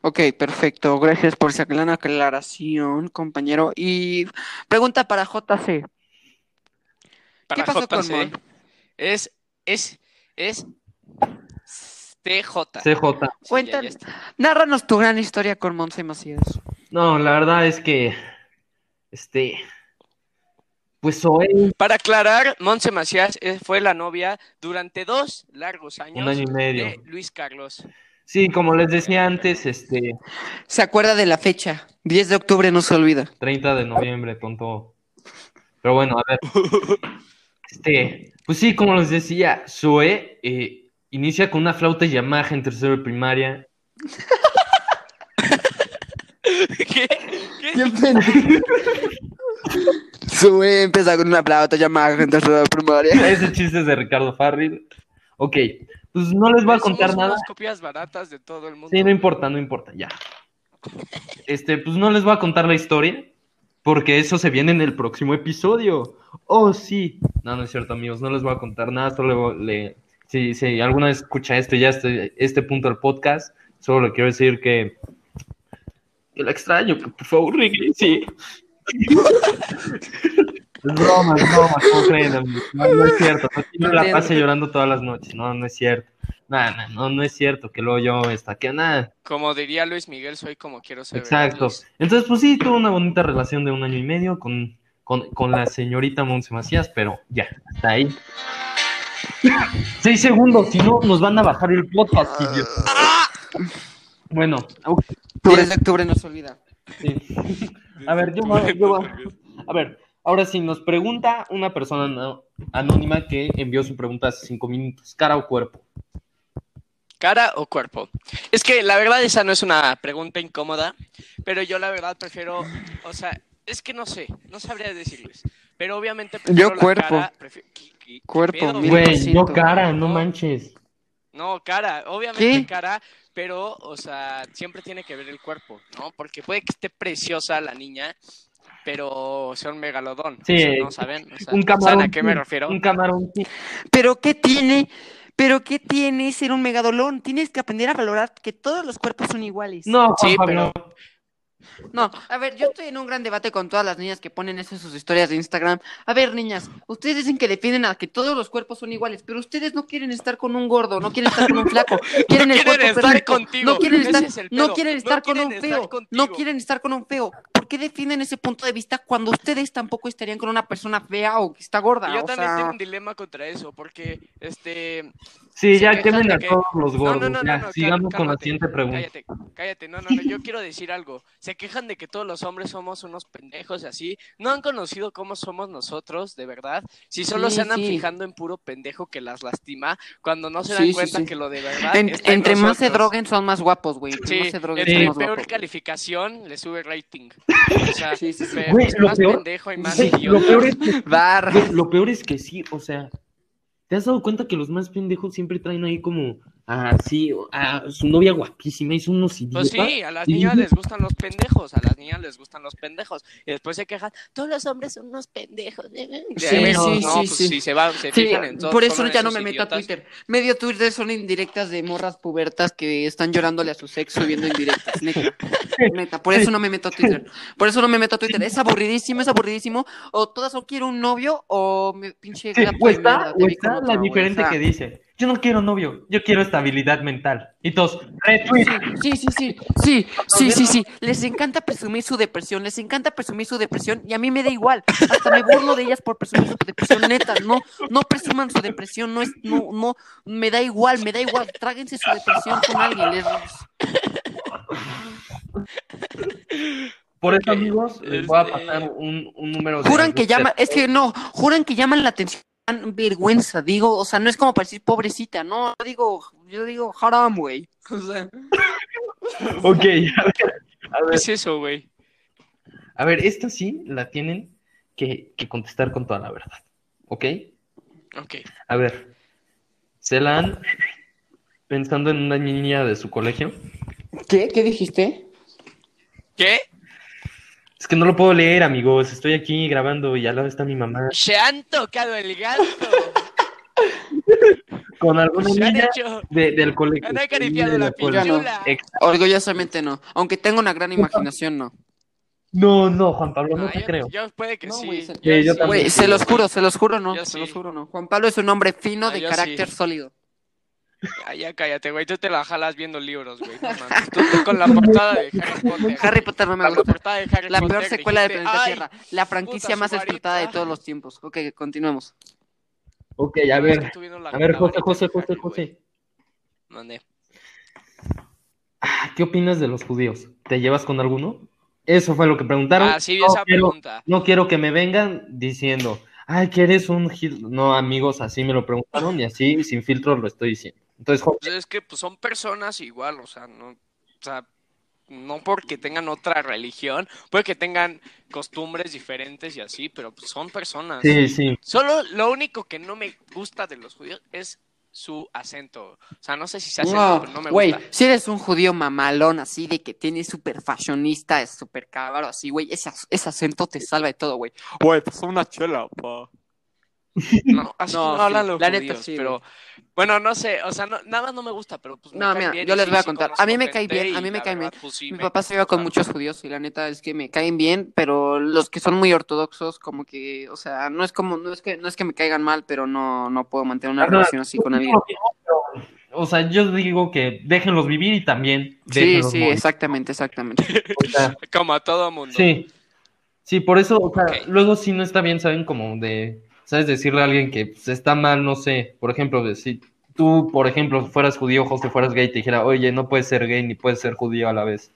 S1: Ok, perfecto. Gracias por esa gran aclaración, compañero. Y pregunta para JC.
S3: Para
S1: pasó con
S3: JC,
S1: Mon?
S3: Es, es, es TJ. Sí,
S2: CJ.
S3: ya,
S1: Cuentan-
S3: ya está.
S1: Nárranos tu gran historia con Monse Macías.
S2: No, la verdad es que. Este. Pues hoy,
S3: Para aclarar, Monse Macías eh, fue la novia durante dos largos años
S2: un año y medio.
S3: de Luis Carlos.
S2: Sí, como les decía antes, este,
S1: Se acuerda de la fecha. 10 de octubre no se olvida.
S2: 30 de noviembre, tonto. Pero bueno, a ver. Este, pues sí, como les decía, Zoe eh, inicia con una flauta Yamaha en tercero de primaria.
S3: ¿Qué? ¿Qué?
S1: Sube, empieza con una plata llamada en tercera primaria.
S2: Ese chiste es de Ricardo Farril. Ok, pues no les voy a
S3: Somos
S2: contar nada.
S3: unas copias baratas de todo el mundo.
S2: Sí, no importa, no importa, ya. Este, pues no les voy a contar la historia, porque eso se viene en el próximo episodio. Oh, sí. No, no es cierto, amigos, no les voy a contar nada, solo le... Si, si alguna vez escucha esto ya este, este punto del podcast, solo le quiero decir que... Que la extraño, que por favor regrese. Es broma, es broma, ¿cómo creen, amigos? No, no es cierto, no, no
S1: No
S2: la
S1: entiendo.
S2: pase llorando todas las noches, no, no es cierto. Nada, nah, no, no es cierto que luego yo estaquea nada.
S3: Como diría Luis Miguel, soy como quiero ser.
S2: Exacto.
S3: Luis.
S2: Entonces, pues sí, tuve una bonita relación de un año y medio con, con, con la señorita Monse Macías, pero ya, hasta ahí. Seis segundos, si no, nos van a bajar el podcast, idiota. Bueno, au,
S1: 10 de octubre no se olvida.
S2: sí. A ver, yo voy- yo voy. a ver, ahora sí, nos pregunta una persona ano- anónima que envió su pregunta hace cinco minutos, cara o cuerpo.
S3: ¿Cara o cuerpo? Es que la verdad esa no es una pregunta incómoda, pero yo la verdad prefiero, o sea, es que no sé, no sabría decirles, pero obviamente prefiero
S1: Yo
S3: la
S1: cuerpo.
S3: cara, prefi- ¿Qué- qué- qué
S1: Cuerpo,
S3: pedo?
S1: Mil por
S2: Güey, yo
S1: ciento.
S2: cara, no manches.
S3: No, cara, obviamente
S1: ¿Qué?
S3: cara, pero, o sea, siempre tiene que ver el cuerpo, ¿no? Porque puede que esté preciosa la niña, pero sea un megalodón,
S2: Sí.
S3: o sea, ¿no saben? O sea,
S2: Un camarón.
S3: ¿Saben a qué me refiero?
S2: Un camarón.
S1: Pero ¿qué tiene? ¿Pero qué tiene ser un megadolón? Tienes que aprender a valorar que todos los cuerpos son iguales.
S2: No,
S3: Sí,
S2: Juan
S3: pero-
S2: Pablo.
S1: No, a ver, yo estoy en un gran debate con todas las niñas que ponen eso en sus historias de Instagram. A ver, niñas, ustedes dicen que defienden a que todos los cuerpos son iguales, pero ustedes no quieren estar con un gordo, no quieren estar con un flaco, quieren el
S3: quieren
S1: cuerpo
S3: estar
S1: perfecto,
S3: contigo,
S1: no quieren
S3: ese
S1: estar,
S3: es el
S1: no
S3: pedo,
S1: quieren
S3: no
S1: estar con
S3: quieren
S1: un
S3: estar
S1: feo, no
S3: contigo.
S1: quieren estar con un feo. ¿Por qué defienden ese punto de vista cuando ustedes tampoco estarían con una persona fea o que está gorda?
S3: Y yo
S1: O
S3: también
S1: sea,
S3: tengo un dilema contra eso, porque, este,
S2: Sí,
S3: Se
S2: ya
S3: quejan
S2: quemen
S3: de
S2: a
S3: que-
S2: todos los
S3: No,
S2: gordos.
S3: no, no,
S2: ya,
S3: no, no,
S2: sigamos
S3: cá-
S2: con la
S3: cálmate,
S2: siguiente pregunta.
S3: Cállate, cállate, no, no, no, yo quiero decir algo. Se quejan de que todos los hombres somos unos pendejos y así. No han conocido cómo somos nosotros, de verdad. Si solo
S1: Sí,
S3: se andan
S1: sí.
S3: fijando en puro pendejo que las lastima, cuando no se
S1: Sí,
S3: dan
S1: sí,
S3: cuenta
S1: sí.
S3: que lo de verdad.
S1: en-
S3: está en
S1: entre más se
S3: nosotros.
S1: droguen son más guapos, güey. Entre
S3: Sí,
S1: más se droguen
S3: entre
S1: son más
S3: peor
S1: guapos.
S3: calificación le sube rating. O sea,
S1: Sí, sí, sí.
S3: pe-
S2: Güey,
S3: es
S2: lo
S3: más
S2: peor-
S3: pendejo y más
S2: Sí,
S3: idiota.
S2: lo, peor es que,
S1: Barra.
S2: güey, lo peor es que sí, o sea, ¿te has dado cuenta que los más pendejos siempre traen ahí como así a su novia guapísima y son unos
S3: Pues
S2: idiotas?
S3: sí, a las
S2: Y
S3: niñas
S2: dices,
S3: les gustan los pendejos, a las niñas les gustan los pendejos. Y después se quejan, todos los hombres son unos pendejos.
S1: Sí, sí, sí, sí.
S3: pues Si se van, se
S1: Sí,
S3: fijan en todo-
S1: por eso
S3: solo en
S1: ya no
S3: esos
S1: me meto
S3: idiotas.
S1: a Twitter. Medio Twitter son indirectas de morras pubertas que están llorándole a su sexo viendo indirectas, neta. Neta, por eso no me meto a Twitter. Por eso no me meto a Twitter. Es aburridísimo, es aburridísimo. O todas o quiero un novio o me pinche
S2: sí,
S1: grapa
S2: o
S1: de mierda, te
S2: está, o
S1: vi con
S2: está
S1: otro,
S2: la
S1: güey,
S2: diferente
S1: o sea,
S2: que dice, yo no quiero novio, yo quiero estabilidad mental. Y todos, retweet.
S1: Sí, sí, sí, sí, sí, sí, sí. Les encanta presumir su depresión, les encanta presumir su depresión y a mí me da igual. Hasta me burlo de ellas por presumir su depresión, neta. No, no presuman su depresión, no es, no, no, me da igual, me da igual. Tráguense su depresión con alguien. les-
S2: Por eso, amigos, les voy a
S3: este-
S2: pasar un, un número de...
S1: Juran que llaman, es que no, juran que llaman la atención. dan Vergüenza, digo, o sea, no es como para decir pobrecita, no, yo digo, yo digo haram, güey. O sea,
S2: Ok, a ver, a
S3: ¿Qué
S2: ver.
S3: es eso, güey?
S2: A ver, esta sí la tienen que, que contestar con toda la verdad. ¿Ok?
S3: Ok.
S2: A ver. Se la han... Pensando en una niña de su colegio.
S1: ¿qué? ¿Qué dijiste?
S3: ¿Qué?
S2: Es que no lo puedo leer, amigos. Estoy aquí grabando y al lado está mi mamá.
S3: Se han tocado el gato.
S2: Con alguna
S3: Se han
S2: niña
S3: hecho.
S2: de- del colegio.
S3: Han acariciado
S2: Niña
S3: la
S2: del colegio.
S3: pichula.
S2: Ex-
S1: Orgullosamente no, aunque tengo una gran imaginación, no.
S2: No, no, Juan Pablo, no
S3: Ah,
S2: te
S3: yo,
S2: creo.
S3: yo puede que
S1: No,
S3: sí.
S1: güey, se-
S2: Sí, yo
S3: sí.
S2: también.
S1: Güey, se los juro, se los juro, no.
S3: Yo
S1: se
S3: sí.
S1: los juro, no. Juan Pablo es un hombre fino
S3: Ah,
S1: de
S3: yo
S1: carácter
S3: sí.
S1: sólido.
S3: Ah, ya cállate, güey. Tú te la jalas viendo libros, güey. No mames. Tú, tú con la portada de Harry Potter.
S1: Harry Potter no me
S3: la
S1: gusta.
S3: portada de Harry
S1: La
S3: Potter,
S1: peor secuela del
S3: dijiste,
S1: planeta
S3: "Ay,
S1: Tierra. La franquicia
S3: puta,
S1: más
S3: su varita".
S1: explotada de todos los tiempos. Ok, continuemos.
S2: Ok, a
S3: es que
S2: ver.
S3: tú viendo la-
S2: A ver,
S3: la
S2: José,
S3: varita
S2: José,
S3: de
S2: José,
S3: Harry, güey.
S2: José.
S3: Mande.
S2: Ah, ¿Qué opinas de los judíos? ¿Te llevas con alguno? Eso fue lo que preguntaron.
S3: Ah, sí, vi
S2: No
S3: esa
S2: quiero-
S3: pregunta.
S2: No quiero que me vengan diciendo, ay, que eres un gil-". No, amigos, así me lo preguntaron y así sin filtro lo estoy diciendo. Entonces, jo-
S3: Pues es que pues, son personas igual, o sea, no, o sea, no porque tengan otra religión, puede que tengan costumbres diferentes y así, pero pues, son personas.
S2: sí, sí.
S3: Solo lo único que no me gusta de los judíos es su acento. O sea, no sé si se hace,
S1: Wow,
S3: pero no me
S1: Güey,
S3: gusta.
S1: si eres un judío mamalón así de que tiene súper fashionista, es súper cabrón así, güey, ese, ac- ese acento te salva de todo, güey.
S3: Güey, pues una chela, pa. No, así
S1: No,
S3: no, hablan
S1: sí,
S3: los
S1: la neta
S3: judíos,
S1: sí,
S3: pero bueno, no sé, o sea, no- nada más no me gusta, pero pues me
S1: No,
S3: caen
S1: mira,
S3: bien
S1: yo
S3: y
S1: les
S3: sí,
S1: voy a
S3: sí
S1: contar.
S3: conozco
S1: A mí me cae
S3: gente
S1: bien, a
S3: y
S1: mí me
S3: la
S1: cae bien.
S3: verdad, pues, sí
S1: Mi
S3: me
S1: papá se lleva con
S3: gusta.
S1: muchos judíos y la neta es que me caen bien, pero los que son muy ortodoxos, como que, o sea, no es como, no es que, no es que me caigan mal, pero no, no puedo mantener una
S2: Ajá.
S1: relación así con alguien.
S2: O sea, yo digo que déjenlos vivir y también
S1: Sí,
S2: déjenlos
S1: sí,
S2: morir.
S1: exactamente, exactamente.
S2: O sea,
S3: Como a todo mundo.
S2: Sí, sí, por eso, o sea,
S3: Ok.
S2: luego sí no está bien, saben, como de, sabes, decirle a alguien que pues, está mal, no sé, por ejemplo, de si tú, por ejemplo, fueras judío, José, fueras gay, te dijera, oye, no puedes ser gay ni puedes ser judío a la vez.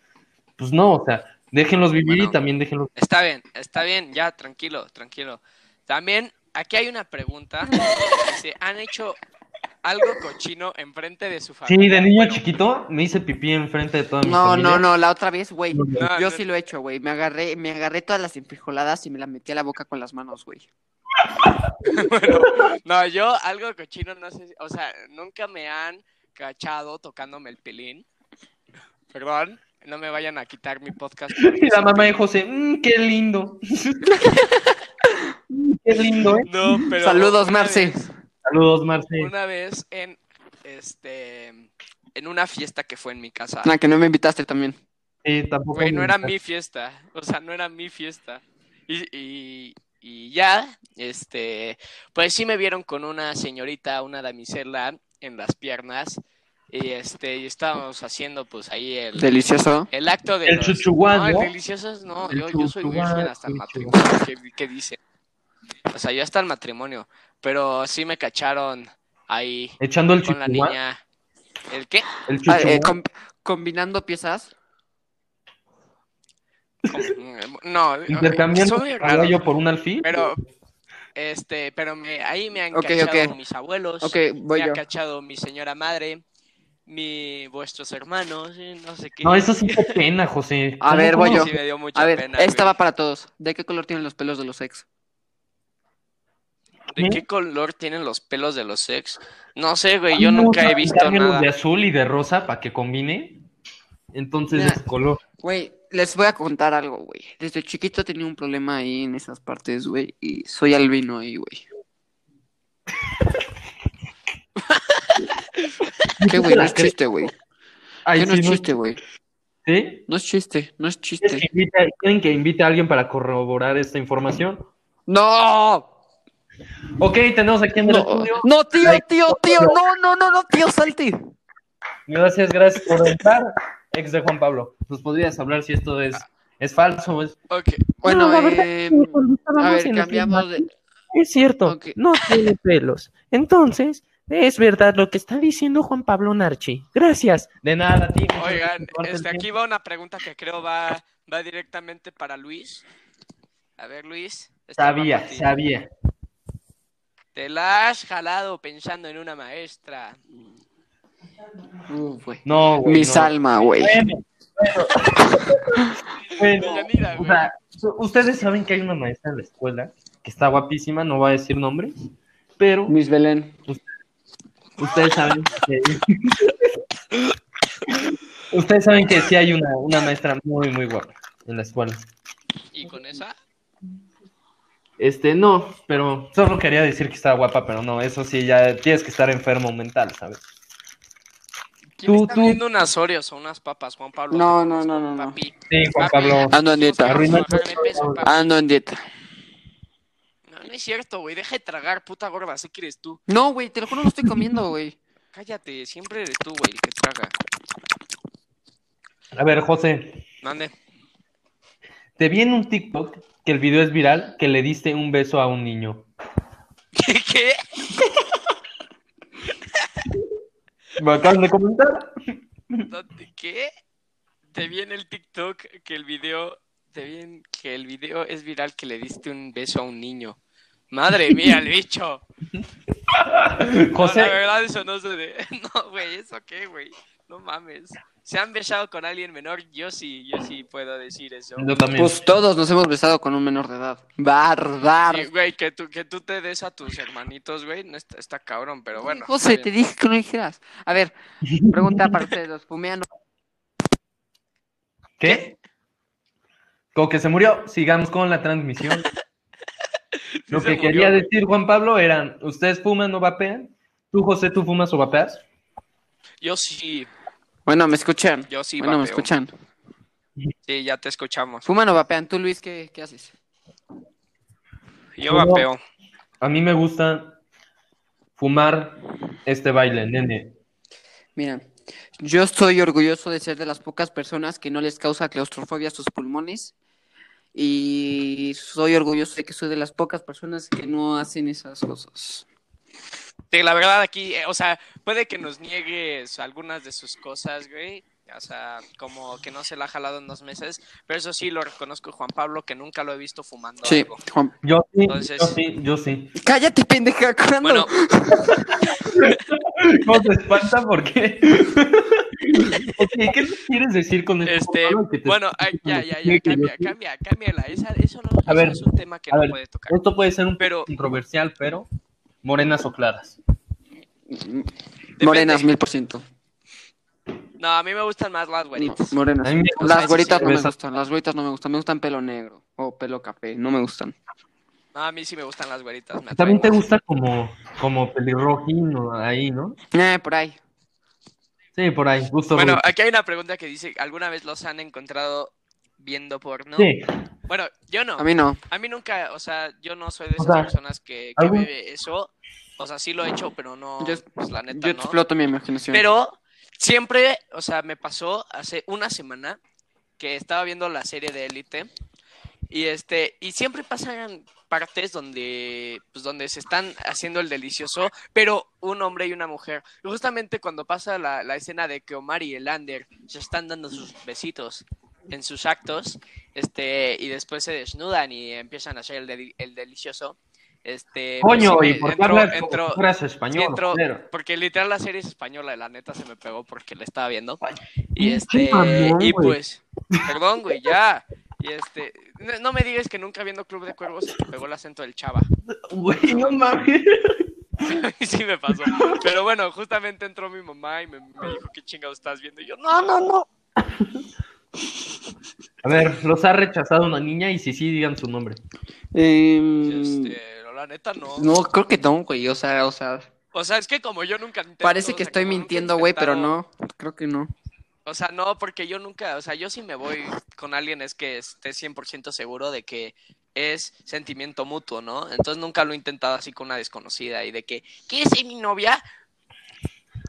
S2: Pues no, o sea, déjenlos vivir
S3: Bueno.
S2: y también déjenlos.
S3: Está bien, está bien, ya, tranquilo, tranquilo. También, aquí hay una pregunta. Dice, ¿han hecho algo cochino enfrente de su
S2: Sí,
S3: familia?
S2: de niño
S3: Bueno,
S2: chiquito me hice pipí enfrente de toda mi
S1: No,
S2: familia.
S1: no, no, la otra vez, güey.
S3: no, no,
S1: Yo sí lo he hecho, güey. Me agarré, me agarré todas las enfrijoladas y me las metí a la boca con las manos, güey.
S3: bueno, no, yo algo cochino, no sé, si- o sea, nunca me han cachado tocándome el pilín. Perdón, no me vayan a quitar mi podcast.
S2: Y la mamá de José, "Mm, qué lindo. Mm, qué lindo, ¿eh?
S3: No, pero
S1: Saludos,
S3: una
S1: Marce.
S3: vez-
S2: Saludos, Marce.
S3: una vez en, este, en una fiesta que fue en mi casa.
S1: Ah, que no me invitaste también.
S2: Sí, tampoco
S3: Güey,
S2: me
S3: no era
S2: gusta.
S3: mi fiesta. O sea, no era mi fiesta. Y, y, y ya, este, pues sí me vieron con una señorita, una damisela en las piernas. Y este, y estábamos haciendo pues ahí el,
S1: Delicioso.
S3: el acto de.
S2: El
S3: los-
S2: chuchuguán,
S3: No, el
S2: ¿no?
S3: delicioso es- no.
S2: El
S3: yo, yo soy
S2: chuchuguán,
S3: virgen hasta el
S2: el
S3: matrimonio. ¿Qué, qué dicen? O sea, yo hasta el matrimonio. Pero sí me cacharon ahí
S2: Echando el
S3: con la
S2: chuchuguán,
S3: niña. ¿El qué?
S2: el
S1: Ah, eh,
S2: chuchuguán.
S1: com- combinando piezas.
S3: Como- No,
S2: Intercambiando
S3: soy muy
S2: un
S3: raro.
S2: caballo por un alfil.
S3: eh, Pero, este, pero me- ahí me han
S1: Ok,
S3: cachado
S1: ok.
S3: mis abuelos,
S1: Ok,
S3: me
S1: voy
S3: ha
S1: yo.
S3: cachado mi señora madre, mi vuestros hermanos, eh, no sé qué.
S2: No, eso sí fue pena, José.
S1: A ver, voy
S3: Sí,
S1: yo.
S3: me dio mucha
S1: A ver,
S3: pena,
S1: esta va
S3: güey.
S1: para todos. ¿De qué color tienen los pelos de los ex?
S3: ¿De
S2: ¿Eh?
S3: qué color tienen los pelos de los ex? No sé, güey, yo nunca he visto
S2: Cámbialos
S3: nada.
S2: de azul y de rosa para que combine. Entonces,
S1: Mira.
S2: ese color.
S1: Güey, les voy a contar algo, güey. Desde chiquito tenía un problema ahí en esas partes, güey. Y soy albino ahí, güey. ¿Qué, güey? No es chiste, güey.
S2: Ay,
S1: ¿Qué no
S2: sí,
S1: es
S2: no-
S1: chiste, güey?
S2: ¿Sí?
S1: No es chiste, no es
S2: ¿Quieren que
S1: chiste.
S2: invite a- ¿Quieren que invite a alguien para corroborar esta información?
S1: ¡No!
S2: Ok, tenemos aquí en el
S1: No,
S2: estudio.
S1: no, tío, tío, tío, no, no, no, no, tío, salte.
S2: Gracias, gracias por entrar. Ex de Juan Pablo. ¿Nos podrías hablar si esto es, es falso? Es...
S3: Ok,
S1: Bueno,
S5: la verdad
S1: eh,
S5: es que cuando estábamos
S1: a
S5: en
S1: ver,
S5: el
S1: cambiamos
S5: primario,
S1: de...
S5: Es cierto,
S1: Ok.
S5: no tiene pelos. Entonces, es verdad lo que está diciendo Juan Pablo Narchi. Gracias.
S2: De nada, a ti. muchas
S3: oigan,
S2: gracias por
S3: este,
S2: el
S3: aquí va una pregunta que creo va, va directamente para Luis. A ver, Luis. esta va
S2: Sabía,
S3: para ti.
S2: sabía.
S3: Te la has jalado pensando en una maestra.
S5: ¿eh?
S1: Uh, güey.
S2: No, güey.
S1: Mi
S2: no.
S1: salma, güey.
S2: Bueno, bueno. Bueno,
S3: Deyanira,
S2: o
S3: güey.
S2: sea, su- ustedes saben que hay una maestra en la escuela que está guapísima, no voy a decir nombres, pero eh,
S1: Miss Belén.
S2: ustedes saben que... ustedes saben que sí hay una, una maestra muy, muy guapa en la escuela.
S3: ¿Y con esa?
S2: Este, no, pero solo quería decir que estaba guapa, pero no, eso sí, ya tienes que estar enfermo mental, ¿sabes?
S3: ¿Quién
S2: Tú,
S3: está
S2: tú.
S3: viendo unas Oreos o unas papas, Juan Pablo?
S1: No, no, no, no, no.
S3: Papi.
S2: Sí, Juan Pablo.
S1: Ando en dieta.
S2: Arruinó el-
S3: Bájale peso, papi.
S1: Ando en dieta.
S3: No, no es cierto, güey. Deja de tragar, puta gorda. Así que eres tú.
S1: No, güey, te lo juro, no estoy comiendo, güey.
S3: Cállate. Siempre eres tú, güey, el que traga.
S2: A ver, José,
S3: Mande.
S2: Te vi en un TikTok que el video es viral, que le diste un beso a un niño.
S3: ¿Qué?
S2: Me acaban de comentar.
S3: ¿Dónde- ¿Qué? Te vi en el TikTok que el video. Te vi en- que el video es viral que le diste un beso a un niño. Madre mía, el bicho. No, la
S2: José,
S3: verdad, eso no se de... No, güey, ¿eso qué, güey? No mames. ¿Se han besado con alguien menor? Yo sí, yo sí puedo decir eso.
S2: yo también.
S1: Pues todos nos hemos besado con un menor de edad. Bardar.
S3: Sí, Güey, que tú, que tú te des a tus hermanitos, güey, no está, está cabrón, pero bueno.
S1: José,
S3: está
S1: te
S3: bien.
S1: dije que no dijeras. A ver, pregunta para ustedes, los fumeanos.
S2: ¿Qué? Como que se murió, sigamos con la transmisión. Lo
S3: Sí
S2: que
S3: se
S2: quería
S3: murió, güey.
S2: decir Juan Pablo eran, ¿ustedes fuman o vapean? ¿Tú, José, tú fumas o vapeas?
S3: Yo sí,
S1: Bueno, ¿me escuchan?
S3: yo sí,
S1: bueno, ¿me
S3: vapeo.
S1: escuchan?
S3: Sí, ya te escuchamos.
S1: ¿Fuman o vapean? Tú, Luis, ¿qué, qué haces?
S3: Yo
S2: Fumo.
S3: vapeo.
S2: A mí me gusta fumar este baile, nene.
S1: Mira, yo estoy orgulloso de ser de las pocas personas que no les causa claustrofobia a sus pulmones. Y soy orgulloso de que soy de las pocas personas que no hacen esas cosas.
S3: Sí, la verdad aquí, eh, o sea, puede que nos niegues algunas de sus cosas, güey. O sea, como que no se la ha jalado en dos meses. Pero eso sí, lo reconozco, Juan Pablo, que nunca lo he visto fumando
S1: Sí,
S3: algo.
S1: Juan.
S2: Yo sí,
S3: Entonces-
S2: yo sí, yo sí.
S1: Cállate, pendeja. ¿cuándo?
S3: Bueno,
S2: No te espanta porque. Ok, ¿qué nos quieres decir con esto?
S3: Este,
S2: Pablo, que te-
S3: bueno, ay, ya, ya, ya,
S2: que te-
S3: cambia, cambia, cámbiala. Esa, eso no
S2: A
S3: eso
S2: ver,
S3: es un tema que
S2: a
S3: no
S2: ver,
S3: puede tocar.
S2: Esto puede ser un
S3: Pero-
S2: poco controversial, pero morenas o claras.
S1: Morenas, mil por ciento.
S3: No, a mí me gustan más las güeritas.
S1: Morenas.
S2: A mí me
S3: O sea,
S1: Las
S3: sí,
S1: güeritas no me
S2: Esa-
S1: gustan, las güeritas no me gustan, me gustan pelo negro o pelo café, no me gustan.
S3: No, a mí sí me gustan las güeritas. me
S2: También te
S3: atraen
S2: gusta como, como pelirrojino ahí, ¿no?
S1: Eh, por ahí.
S2: Sí, por ahí, gusto.
S3: más. Bueno, ah,
S2: rubio.
S3: aquí hay una pregunta que dice, ¿alguna vez los han encontrado viendo porno?
S2: sí,
S3: Bueno, yo no.
S1: A mí no.
S3: A mí nunca, o sea, yo no soy de
S2: O
S3: esas
S2: sea,
S3: personas que, que
S2: algún-
S3: bebe eso. O sea, sí lo he hecho, pero no,
S1: Yo-
S3: pues la neta
S1: Yo
S3: no.
S1: exploto mi imaginación.
S3: Pero siempre, o sea, me pasó hace una semana que estaba viendo la serie de Élite y este y siempre pasan partes donde pues donde se están haciendo el delicioso, pero un hombre y una mujer. Y justamente cuando pasa la, la escena de que Omar y el Ander se están dando sus besitos en sus actos, este y después se desnudan y empiezan a hacer el, deli- el delicioso. Este, pues,
S2: coño,
S3: sí
S2: y
S3: me-
S2: por qué
S3: entró-
S2: hablas como
S3: entró-
S2: si fueras español.
S3: sí, entró-
S2: culero?
S3: porque literal la serie es española, la neta se me pegó porque la estaba viendo.
S2: Ay,
S3: Y este,
S2: mamón,
S3: y
S2: güey.
S3: pues, perdón, güey, ya. Y este, no, no me digas que nunca viendo Club de Cuervos se te pegó el acento del chava.
S2: Güey, no mames.
S3: sí me pasó. Pero bueno, justamente entró mi mamá y me, me dijo, ¿qué chingado estás viendo? Y yo, no, no, no.
S2: A ver, los ha rechazado una niña y si sí, digan su nombre.
S3: Y,
S1: Em,
S3: Este, no, la neta no.
S1: No, creo que no, güey. O sea, o sea,
S3: O sea, es que como yo nunca intento,
S1: parece
S3: o
S1: que
S3: sea,
S1: estoy
S3: como nunca he
S1: mintiendo, güey, pero
S3: intentado-
S1: no. Creo que no.
S3: O sea, no, porque yo nunca, o sea, yo sí me voy con alguien es que esté 100% seguro de que es sentimiento mutuo, ¿no? Entonces nunca lo he intentado así con una desconocida y de que, ¿quieres ser mi novia?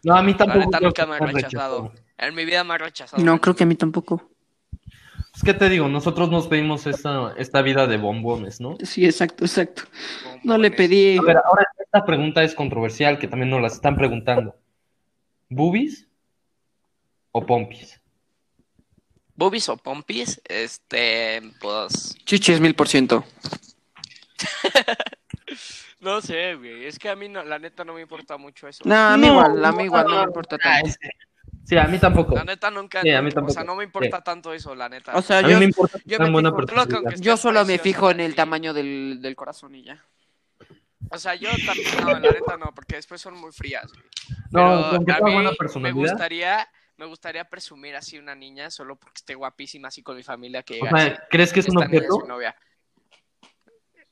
S2: No, a mí
S3: La
S2: tampoco.
S3: neta
S2: creo
S3: nunca
S2: que
S3: me ha
S2: nos
S3: rechazado.
S2: rechazó.
S3: En mi vida me ha rechazado.
S1: No, creo que a mí tampoco.
S2: Es que te digo, nosotros nos pedimos esta, esta vida de bombones, ¿no?
S1: Sí, exacto, exacto.
S3: Bombones.
S1: No le pedí.
S2: A ver, ahora esta pregunta es controversial, que también nos las están preguntando. ¿Boobies o pompis?
S3: ¿Boobies o pompis? Este, pues...
S1: Chichis mil por ciento.
S3: No sé, güey. Es que a mí, no- la neta, no me importa mucho eso.
S1: No, a mí
S2: No,
S1: igual, a
S2: no,
S1: mí igual, no
S2: no,
S1: me importa
S3: Ah,
S1: tanto.
S3: este.
S2: Sí, a mí tampoco.
S3: La neta, nunca...
S2: Sí, a mí
S3: O sea,
S2: tampoco.
S3: no me importa tanto eso, la neta.
S1: O sea,
S2: A mí
S1: yo,
S2: me importa
S1: yo
S2: tan
S1: me
S2: buena
S1: fijo-
S3: Loco,
S2: personalidad.
S3: que-
S1: yo solo me
S3: Preciosa,
S1: fijo en el
S3: sí.
S1: tamaño del, del corazón y ya.
S3: O sea, yo también, no, la neta no, porque después son muy frías, güey.
S2: No,
S3: Pero
S2: con que
S3: a
S2: tenga
S3: mí
S2: buena
S3: Me
S2: personalidad.
S3: gustaría, me gustaría presumir así una niña solo porque esté guapísima así con mi familia que
S2: O
S3: llega así,
S2: sea, ¿crees que es un
S3: "Esta niña es
S2: objeto?
S3: mi novia.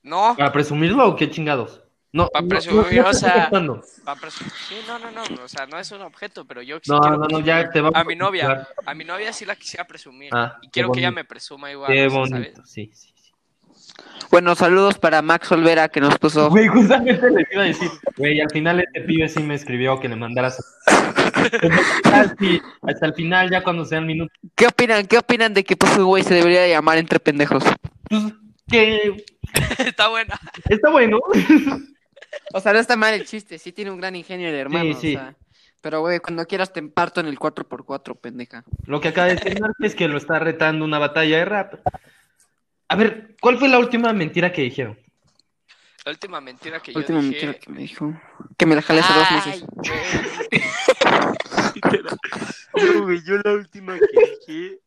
S3: No,
S2: ¿Para presumirlo o qué chingados? No,
S3: Para
S2: no,
S3: presumir,
S2: no, no
S3: o
S2: estoy
S3: sea-
S2: aceptando.
S3: va a presumir. Sí, no, no, no, o sea, no es un objeto, pero yo sí
S2: No,
S3: quiero
S2: no, no,
S3: presumir.
S2: ya te va
S3: A mi novia, a mi novia sí la quisiera presumir
S2: Ah,
S3: y
S2: qué
S3: quiero que ella
S2: bonito.
S3: me presuma igual,
S2: Qué
S3: o sea, ¿sabes?
S2: bonito, sí, sí, sí.
S1: Bueno, saludos para Max Olvera que nos puso.
S2: Güey, justamente les iba a decir, güey, al final este pibe sí me escribió que le mandaras. Casi, hasta el final, ya cuando sea el minuto.
S1: ¿Qué opinan? ¿Qué opinan de que pues güey se debería llamar entre pendejos?
S2: Pues, que
S3: Está buena.
S2: está bueno.
S1: O sea, no está mal el chiste, sí tiene un gran ingenio el hermano,
S2: Sí, sí.
S1: o sea. Pero güey, cuando quieras te emparto en el 4x4, pendeja.
S2: Lo que acaba de decir Marta es que lo está retando una batalla de rap. A ver, ¿cuál fue la última mentira que dijeron?
S3: La última mentira que yo
S1: Última
S3: dije.
S1: mentira que me dijo. Que me la jalé hace dos meses.
S3: Ay, güey. No, güey, yo la última que dije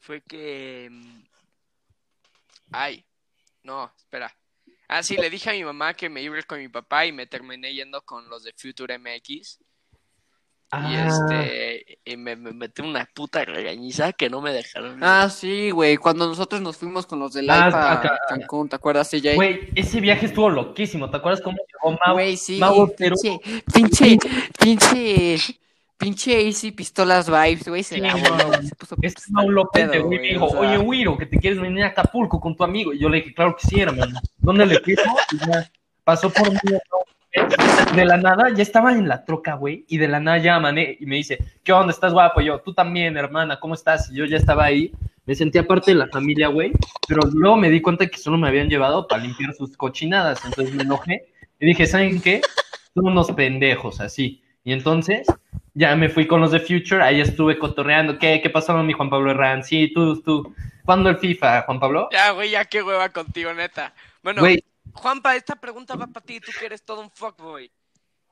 S3: fue que. mm, Ay, no, espera. Ah, sí, le dije a mi mamá que me iba a ir con mi papá y me terminé yendo con los de Future MX. Y
S2: Ah,
S3: este, y me, me metí una puta regañiza que no me dejaron. ir.
S1: Ah, sí, güey, cuando nosotros nos fuimos con los del
S2: Ah,
S1: AIPA
S2: acá.
S1: a Cancún, ¿te acuerdas, CJ?
S2: Ah, Güey, ese viaje estuvo loquísimo. ¿Te acuerdas cómo llegó Mau?
S1: Güey, sí,
S2: Mau, pero-
S1: pinche, pinche, pinche, pinche Easy Pistolas Vibes, güey, se
S2: Sí,
S1: la
S2: no.
S1: voló, se puso
S2: Es Mau López,
S1: pedo,
S2: güey.
S1: güey,
S2: me Dijo,
S1: o sea.
S2: oye, Wiro, que te quieres venir a Acapulco con tu amigo. Y yo le dije, claro que sí, hermano. ¿Dónde le piso? Y ya pasó por mí. ¿no? De la nada, ya estaba en la troca, güey. Y de la nada llaman, ¿eh? Y me dice, ¿qué onda? ¿Estás guapo? Y yo, tú también, hermana, ¿cómo estás? Y yo ya estaba ahí. Me sentía parte de la familia, güey. Pero luego me di cuenta que solo me habían llevado para limpiar sus cochinadas. Entonces me enojé. Y dije, ¿saben qué? Son unos pendejos, así. Y entonces ya me fui con los de Future, ahí estuve cotorreando. ¿Qué, qué pasó, mi Juan Pablo Herrán? Sí, tú, tú. ¿Cuándo el FIFA, Juan Pablo?
S3: Ya, güey, ya qué hueva contigo, neta. Bueno,
S2: Güey,
S3: Juanpa, esta pregunta va para ti, tú que eres todo un fuckboy.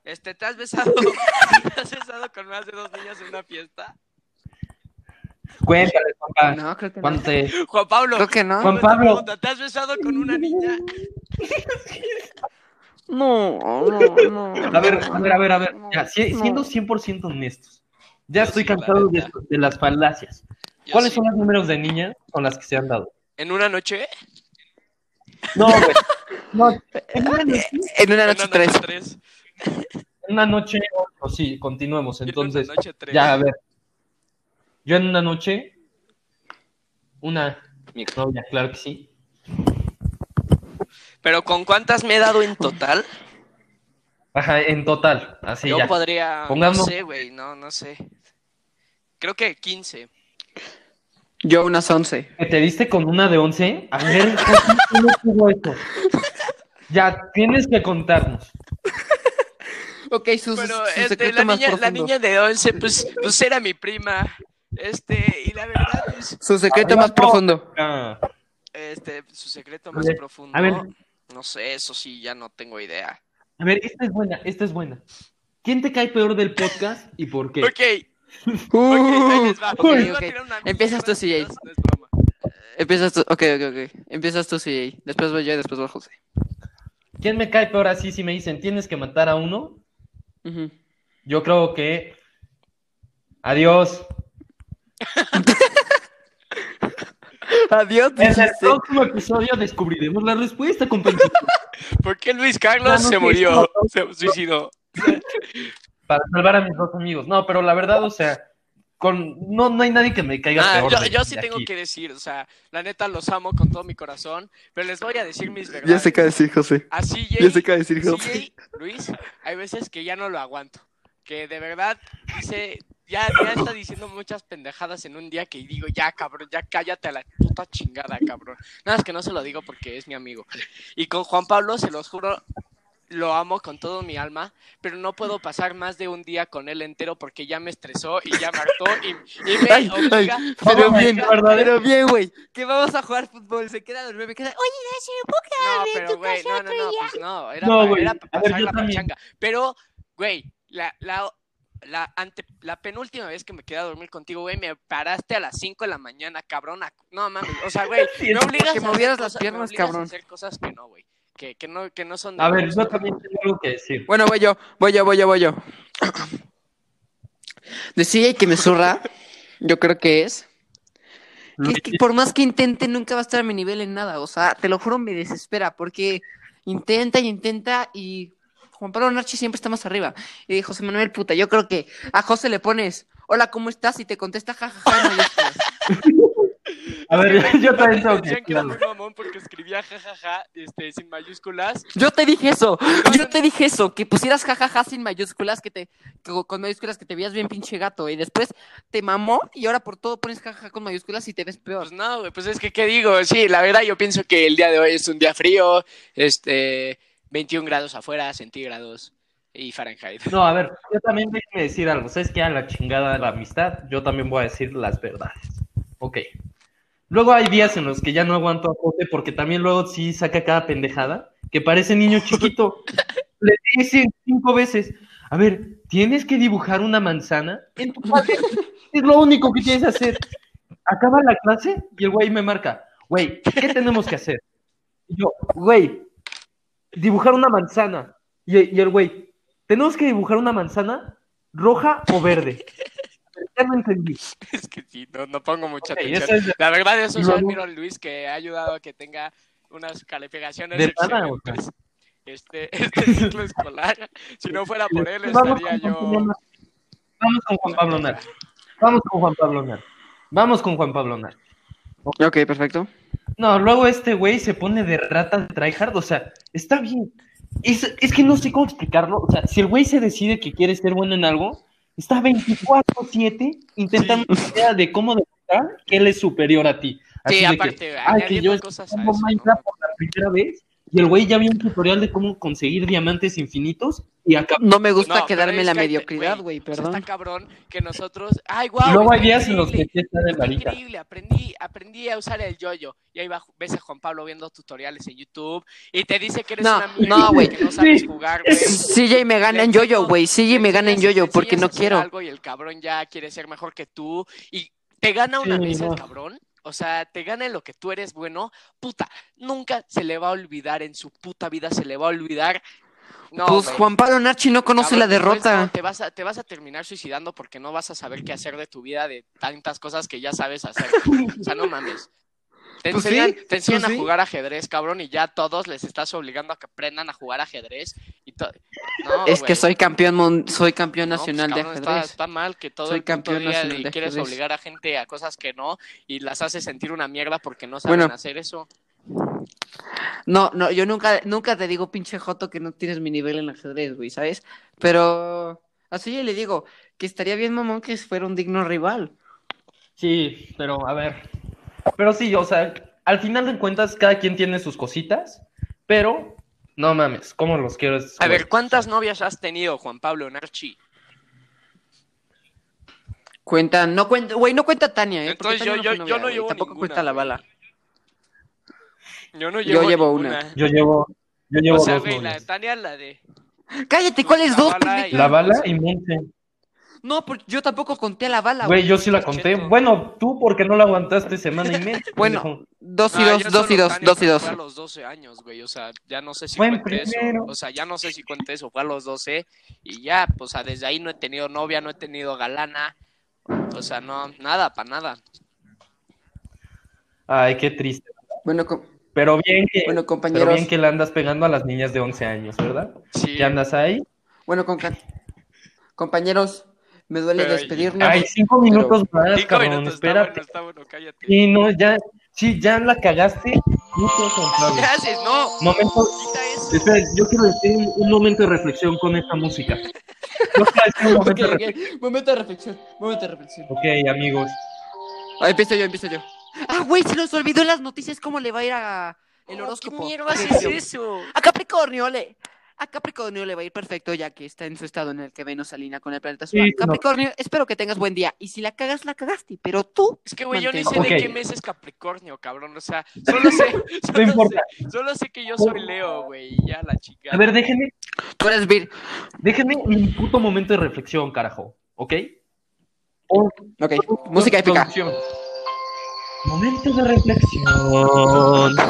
S3: Este, ¿te has besado? ¿Te has besado con más de dos niñas en una fiesta?
S2: cuéntale, Juan Pablo.
S1: No, creo que
S2: Cuando
S1: no.
S2: te-
S3: Juan Pablo.
S1: Creo que no.
S2: Juan
S3: esta
S2: Pablo.
S3: pregunta, ¿Te has besado con una niña?
S1: No, no, no.
S2: A ver, a ver, a ver, a ver.
S1: No,
S2: Ya, si-
S1: no.
S2: siendo 100% honestos, ya
S3: Yo
S2: estoy
S3: sí, la
S2: cansado de,
S3: neta.
S2: de las falacias.
S3: Yo
S2: ¿Cuáles
S3: sí.
S2: son los números de niñas con las que se han dado?
S3: ¿En una noche?
S2: No, güey. No, en una noche,
S1: En una
S3: En
S1: noche tres.
S3: tres.
S2: en una noche, o sí, continuemos.
S3: En
S2: Entonces,
S3: una noche tres.
S2: Ya, a ver. Yo en una noche, una mi novia, claro que sí.
S3: Pero ¿con cuántas me he dado en total?
S2: Ajá, en total, así
S3: Yo
S2: ya.
S3: podría...
S2: Pongamos-
S3: No sé, güey, no, no sé. Creo que 15.
S1: Yo unas once.
S2: ¿Que ¿Te diste con una de once? A ver, ¿cómo estuvo eso? Ya, tienes que contarnos.
S1: Ok, sus,
S3: Bueno,
S1: su
S3: este,
S1: secreto
S3: la,
S1: más
S3: niña, la
S1: profundo.
S3: niña de 11, pues, pues era mi prima. Este, y la verdad, pues...
S1: Su secreto
S2: Arriba,
S1: más
S2: no.
S1: profundo.
S2: Ah,
S3: Este, su secreto
S2: A
S3: más
S2: ver,
S3: profundo.
S2: a ver.
S3: No sé, eso sí, ya no tengo idea.
S2: A ver, esta es buena, esta es buena. ¿Quién te cae peor del podcast y por qué?
S3: Ok, ok, ahí
S1: Uh,
S3: les va.
S1: ok,
S3: Les voy a
S1: ok.
S3: tirar una-
S1: Empiezas tú, CJ.
S3: No es broma.
S1: Empiezas tú, ok, ok, ok. Empiezas tú, sí. Después voy yo y después va José.
S2: ¿Quién me cae peor así si me dicen tienes que matar a uno?
S1: Ujú.
S2: Yo creo que. Adiós.
S1: Adiós,
S2: En el
S1: dijiste.
S2: próximo episodio descubriremos la respuesta, compañeros.
S3: ¿Por qué Luis Carlos
S2: Ya no
S3: se
S2: sé,
S3: murió? Se suicidó.
S2: para salvar a mis dos amigos. No, pero la verdad, o sea, con, no, no hay nadie que me caiga
S3: Ah,
S2: peor.
S3: yo,
S2: de-
S3: yo sí
S2: de
S3: tengo
S2: aquí.
S3: que decir, o sea, la neta los amo con todo mi corazón, pero les voy a decir mis verdades.
S6: Ya sé qué decir, José.
S3: Así,
S6: Ya sé qué decir, José.
S3: CJ, Luis, hay veces que ya no lo aguanto. Que de verdad dice, ya, ya está diciendo muchas pendejadas en un día que digo, ya cabrón, ya cállate a la puta chingada, cabrón. Nada, es que no se lo digo porque es mi amigo. Y con Juan Pablo, se los juro, lo amo con todo mi alma, pero no puedo pasar más de un día con él entero porque ya me estresó y ya me hartó y, y me
S6: Ay, ay,
S3: obliga.
S6: pero
S2: Ay,
S6: bien,
S2: la verdad,
S6: pero bien, güey.
S1: ¿eh? Que vamos a jugar fútbol, se queda dormido, me queda... Oye,
S3: No,
S4: ver,
S3: pero
S4: tu
S3: güey, no,
S4: casa
S3: no, no, pues no, era
S2: No,
S3: para,
S2: güey,
S3: era
S2: a
S3: para
S2: ver,
S3: pasar
S2: yo
S3: la
S2: también.
S3: pachanga. Pero, güey, la, la, la, ante, la penúltima vez que me quedé a dormir contigo, güey, me paraste a las 5 de la mañana, cabrón. a- No mames, o sea, güey, me obligas
S1: que
S3: a hacer
S1: movieras las
S3: cosas- me
S1: piernas,
S3: obligas a
S1: cabrón.
S3: hacer cosas que no, güey, que, que, no, que no son de
S2: A ver,
S3: gusto.
S2: yo también tengo algo que decir.
S1: Bueno, voy yo, voy yo, voy yo, voy yo. De CJ que me zurra, yo creo que es. que es que por más que intente, nunca va a estar a mi nivel en nada. O sea, te lo juro, me desespera porque intenta y intenta y Juan Pablo Narchi siempre está más arriba. Y José Manuel, puta, yo creo que a José le pones, hola, ¿cómo estás? Y te contesta, jajaja, en mayúsculas.
S2: A ver, yo también tengo que
S3: Decían
S2: decir
S3: que era
S2: algo.
S3: muy mamón porque escribía jajaja, este, sin mayúsculas.
S1: Yo te dije eso, yo te dije eso, que pusieras jajaja sin mayúsculas, que te que con mayúsculas que te veías bien pinche gato y después te mamó y ahora por todo pones jajaja con mayúsculas y te ves peor.
S3: Pues no, güey, pues es que, ¿qué digo? Sí, la verdad yo pienso que el día de hoy es un día frío, este, 21 grados afuera, centígrados y Fahrenheit.
S2: No, a ver, yo también déjeme decir algo. ¿Sabes qué? A la chingada de la amistad, yo también voy a decir las verdades. Ok. Luego hay días en los que ya no aguanto a José porque también luego sí saca cada pendejada que parece niño chiquito. Le dicen cinco veces, a ver, tienes que dibujar una manzana en tu cuaderno. Es lo único que tienes que hacer. Acaba la clase y el güey me marca, güey, ¿qué tenemos que hacer? Y yo, güey, dibujar una manzana. Y, y el güey, tenemos que dibujar una manzana roja o verde. Ya no entendí.
S3: Es que sí, no, no pongo mucha
S2: Ok,
S3: atención.
S2: esa es
S3: La verdad, eso
S2: Y
S3: yo
S2: luego-
S3: admiro a Luis, que ha ayudado a que tenga unas calificaciones
S2: De nada,
S3: excelentes. Este, este ciclo escolar, si no fuera por él,
S2: Vamos
S3: estaría
S2: con Juan
S3: yo...
S2: Pablo Nar. Vamos con Juan Pablo Nar. Vamos con Juan Pablo Nar. Vamos con Juan Pablo Nar.
S1: Ok, perfecto.
S2: No, luego este güey se pone de rata de tryhard, o sea, está bien. Es, es que no sé cómo explicarlo, o sea, si el güey se decide que quiere ser bueno en algo, está 24-7 intentando una idea de cómo demostrar que él es superior a ti. Así
S3: Sí,
S2: de que,
S3: aparte,
S2: ah, que yo
S3: añadiendo cosas a
S2: jugando
S3: eso,
S2: Minecraft
S3: ¿no?
S2: por la primera vez y el güey ya vio un tutorial de cómo conseguir diamantes infinitos y acabó.
S1: No me gusta
S3: No, pero
S1: quedarme en
S3: es
S1: la
S3: que ahí te-
S1: mediocridad, güey,
S3: O sea,
S1: perdón.
S3: está cabrón que nosotros... ¡Ay, guau!
S2: luego hay
S3: está
S2: días en los que
S3: increíble!
S2: sí está de
S3: Está
S2: varita.
S3: increíble, aprendí, aprendí a usar el yoyo. Y ahí va, ves a Juan Pablo viendo tutoriales en YouTube y te dice que eres
S1: No,
S3: una mierda
S1: no, güey.
S3: que no sabes jugar, güey.
S1: CJ me gana en
S3: Perfecto.
S1: yo-yo, güey. CJ me gana en
S3: enseñas-
S1: yo-yo
S3: te
S1: porque
S3: enseñas a
S1: no
S3: hacer
S1: quiero.
S3: Algo y el cabrón ya quiere ser mejor que tú y te gana una
S2: Sí,
S3: vez
S2: no.
S3: el cabrón. O sea, te gana en lo que tú eres bueno. Puta, nunca se le va a olvidar en su puta vida, se le va a olvidar. No,
S1: Pues
S3: güey,
S1: Juan Pablo Narchi no conoce
S3: cabrón,
S1: la
S3: entonces, no,
S1: derrota.
S3: te, vas a, te vas a terminar suicidando porque no vas a saber qué hacer de tu vida de tantas cosas que ya sabes hacer. o sea, no mames. Te
S6: Pues sí,
S3: enseñan, te enseñan
S6: pues
S3: a
S6: sí.
S3: jugar ajedrez, cabrón, y ya a todos les estás obligando a que aprendan a jugar ajedrez. Y to- no,
S1: Es que
S3: güey.
S1: soy campeón, mon- soy campeón
S3: No, pues,
S1: nacional de
S3: cabrón,
S1: ajedrez.
S3: está- Está, mal que todo
S1: Soy
S3: el puto
S1: campeón
S3: día
S1: nacional
S3: y
S1: de
S3: quieres
S1: ajedrez.
S3: obligar a gente a cosas que no y las haces sentir una mierda porque no saben
S1: Bueno.
S3: hacer eso.
S1: No, no, yo nunca, nunca te digo, pinche Joto, que no tienes mi nivel en ajedrez, güey, ¿sabes? Pero así yo le digo que estaría bien, mamón, que fuera un digno rival.
S2: Sí, pero a ver. Pero sí, o sea, al final de cuentas, cada quien tiene sus cositas, pero no mames, ¿cómo los quiero? estos
S3: A ver,
S2: güeyes?
S3: ¿cuántas novias has tenido, Juan Pablo Narchi?
S1: Cuenta, no cuenta, güey, no cuenta Tania, ¿eh? Porque
S3: Entonces,
S1: Tania
S3: yo-
S1: fue
S3: yo-
S1: novia,
S3: yo no
S1: güey,
S3: llevo
S1: Tampoco
S3: ninguna,
S1: cuenta la
S3: güey.
S1: bala.
S3: Yo no
S1: Yo
S3: llevo,
S1: llevo
S3: ninguna.
S2: Yo llevo, yo llevo
S3: O sea,
S2: dos
S3: güey, la de
S2: novias.
S3: Tania, la de.
S1: Cállate,
S3: Pues,
S1: ¿cuáles
S3: la
S1: dos,
S3: bala
S1: pendejo?
S3: y-
S2: La bala y Monte.
S1: No, porque yo tampoco conté la bala, güey.
S2: Güey, yo sí la conté.
S3: Cheto.
S2: Bueno, tú porque no la aguantaste semana y media.
S1: Bueno,
S2: pendejo.
S1: Dos y
S3: Ah,
S1: dos,
S3: yo
S1: dos y
S3: solo
S1: dos,
S3: Tania
S1: dos y
S3: fue
S1: dos.
S3: a los 12 años, güey. O sea, ya no sé si
S2: Fue en
S3: cuente eso.
S2: primero.
S3: O sea, ya no sé si cuente eso. Fue a los 12 y ya, pues, o sea, desde ahí no he tenido novia, no he tenido galana. O sea, no, nada, para nada.
S2: Ay, qué triste.
S1: Bueno, com-
S2: Pero bien que,
S1: bueno,
S2: pero
S1: compañeros.
S2: bien que le andas pegando a las niñas de 11 años, ¿verdad?
S3: Sí.
S2: ¿Qué andas ahí?
S1: Bueno, con- compañeros, Me duele
S3: Pero-
S1: despedirnos.
S2: Ay, cinco minutos más,
S3: Cinco
S2: cabrón,
S3: minutos, está
S2: espérate.
S3: bueno, está bueno, cállate.
S2: Sí, no, ya, sí, ya la cagaste. No quiero
S3: ¿Qué
S2: contarlo.
S3: haces? No,
S2: Momento,
S3: quita eso.
S2: espera, yo quiero decir un, un momento de reflexión con esta música. Yo quiero decir un
S1: Ok,
S2: momento de reflexión.
S1: ok. Momento de reflexión. Momento de reflexión.
S2: Ok, amigos.
S1: Ah, empiezo yo, empiezo yo. Ah, güey, se nos olvidó en las noticias cómo le va a ir a el horóscopo.
S3: eso?
S1: A Capricornio le. A Capricornio le va a ir perfecto ya que está en su estado en el que Venus alina con el planeta Sol.
S2: Sí, no.
S1: Capricornio, espero que tengas buen día. Y si la cagas, la cagaste. Pero tú,
S3: Es que, güey, yo no
S1: Mantén-
S3: sé de
S2: Ok.
S3: qué mes es Capricornio, cabrón. O sea, solo sé,
S2: No
S3: solo,
S2: importa. Oh.
S3: sé, solo sé que yo soy Leo, güey. y Ya la chica.
S2: A ver, déjenme,
S1: tú eres Vir.
S2: déjenme un puto momento de reflexión, carajo. ¿Ok? Por-
S1: Ok, música épica.
S2: Producción. Momento de reflexión.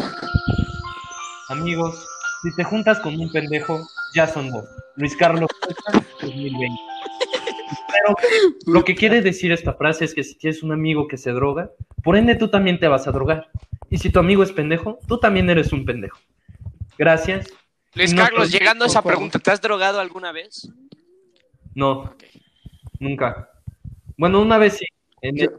S2: Amigos, si te juntas con un pendejo, ya son dos. Luis Carlos Sosa, 2020. Pero lo que quiere decir esta frase es que si tienes un amigo que se droga, por ende tú también te vas a drogar. Y si tu amigo es pendejo, tú también eres un pendejo. Gracias.
S3: Luis
S2: no,
S3: Carlos,
S2: pero-
S3: llegando a esa
S2: por favor.
S3: pregunta, ¿te has drogado alguna vez?
S2: No, nunca. Bueno, una vez sí. En
S1: Yo-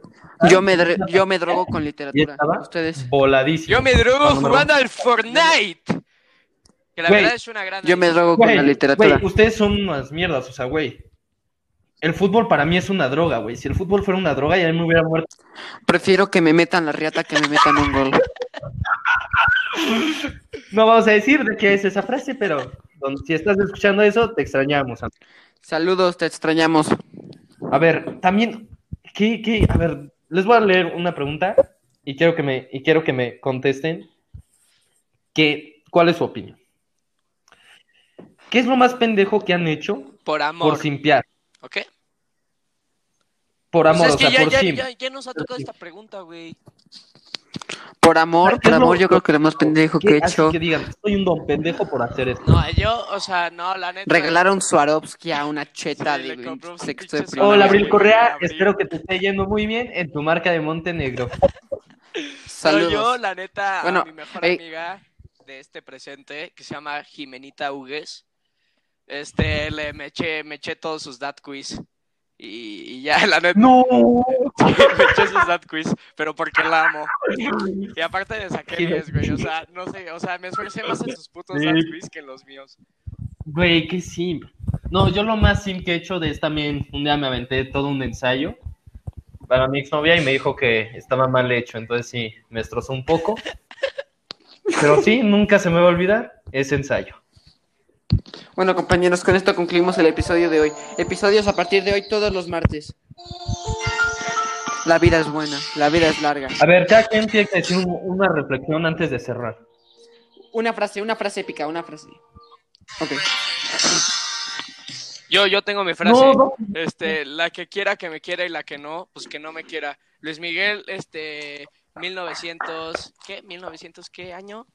S1: Yo me, dre- yo me drogo con literatura.
S2: estaba?
S1: Ustedes.
S2: voladísimo.
S3: Yo me drogo
S2: Ah, número
S3: jugando al Fortnite. Que la
S2: Güey,
S3: verdad es una gran.
S1: Yo me drogo con
S2: Güey,
S1: la literatura.
S2: güey, ustedes son unas mierdas, o sea, güey. El fútbol para mí es una droga, güey. Si el fútbol fuera una droga, ya me hubiera muerto.
S1: Prefiero que me metan la riata que me metan un gol.
S2: No vamos a decir de qué es esa frase, pero don- si estás escuchando eso, te extrañamos. am-
S1: Saludos, te extrañamos.
S2: A ver, también, ¿qué, qué? A ver, les voy a leer una pregunta y quiero que me, y quiero que me contesten que, cuál es su opinión. ¿Qué es lo más pendejo que han hecho
S3: Por amor.
S2: por simpiar?
S3: ¿Ok?
S2: Por
S3: Pues
S2: amor,
S3: es
S2: o sea,
S3: que ya,
S2: por
S3: ya-
S2: sim.
S3: ya- ya nos ha tocado esta pregunta, güey.
S1: Por amor, por
S2: Es lo-
S1: amor, yo creo que lo más pendejo que he
S2: ¿Qué? Así
S1: hecho.
S2: que digan, soy un don pendejo por hacer esto.
S3: No, yo, o sea, no, la neta.
S1: Regalaron Swarovski a una cheta
S3: Sí, le
S1: de
S3: compró un
S1: sexto de
S3: pinche
S1: primaria.
S2: Hola,
S3: Abril
S2: Abril Correa.
S3: Abril.
S2: Espero que te esté yendo muy bien en tu marca de Montenegro.
S3: No,
S1: Saludos.
S3: yo, la neta,
S1: Bueno,
S3: a mi mejor
S2: eh,
S1: ey.
S3: amiga de este presente, que se llama Jimenita Hugues, este, le me eché, me eché todos sus dat quiz. Y, y ya, la neta,
S2: ¡No!
S3: me eché sus dat quiz, pero porque la amo. Y aparte de saqué 10, güey, o sea, no sé, o sea, me esforcé más en sus putos
S2: Sí.
S3: dat quiz que en los míos.
S2: Güey, qué sim. No, yo lo más sim que he hecho de es también un día me aventé todo un ensayo para mi exnovia y me dijo que estaba mal hecho. Entonces sí, me destrozó un poco. Pero sí, nunca se me va a olvidar ese ensayo.
S1: Bueno, compañeros, con esto concluimos el episodio de hoy. Episodios a partir de hoy todos los martes. La vida es buena, la vida es larga.
S2: A ver, cada quien tiene que decir un- una reflexión antes de cerrar.
S1: Una frase, una frase épica, una frase. Ok.
S3: Yo, yo tengo mi frase.
S2: No, no,
S3: Este, la que quiera que me quiera y la que no, pues que no me quiera. Luis Miguel, este, 1900, ¿qué? ¿1900 qué año?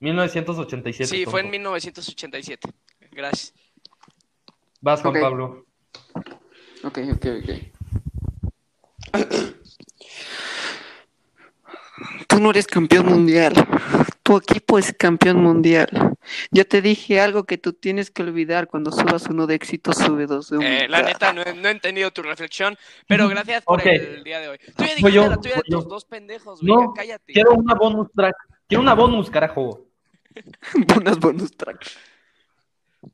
S2: 1987.
S3: Sí, fue en
S2: tonto.
S3: 1987. Gracias.
S2: Vas, Juan
S1: Ok.
S2: Pablo.
S1: Ok, ok, ok. Tú no eres campeón mundial. Tu equipo es campeón mundial. Ya te dije algo que tú tienes que olvidar cuando subas uno de éxito, sube dos de
S3: Eh, la
S1: humildad.
S3: neta, no, he- no he entendido tu reflexión, pero gracias por
S2: Ok.
S3: el día de hoy. Tú ya
S2: Voy
S3: dijiste
S2: yo,
S3: la tuya de
S2: voy yo.
S3: tus dos pendejos, güey.
S2: No,
S3: ya cállate.
S2: Quiero una bonus track. Quiero una bonus, carajo.
S1: Bonus, bonus track.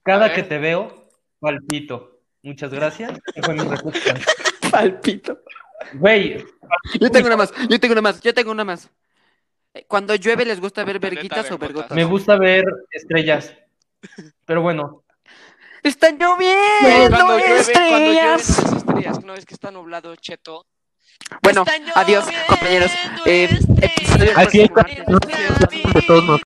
S2: Cada
S3: A ver.
S2: que te veo, palpito. Muchas gracias. Esa fue mi respuesta.
S1: Palpito.
S2: Güey,
S1: Yo tengo una más, yo tengo una más, yo tengo una más. Eh, Cuando llueve les gusta ver
S3: Neta,
S1: verguitas o
S3: vergotas.
S1: vergotas.
S2: me gusta ver estrellas. Pero bueno,
S1: ¡Está lloviendo
S3: Cuando llueve, cuando llueven las
S1: estrellas!
S3: estrellas, no es que está nublado, cheto.
S1: Bueno,
S3: Está
S1: adiós,
S3: lloviendo este
S1: compañeros. Eh,
S3: estrellas.
S1: episodio
S2: Así es,
S1: próximo martes.
S2: de todos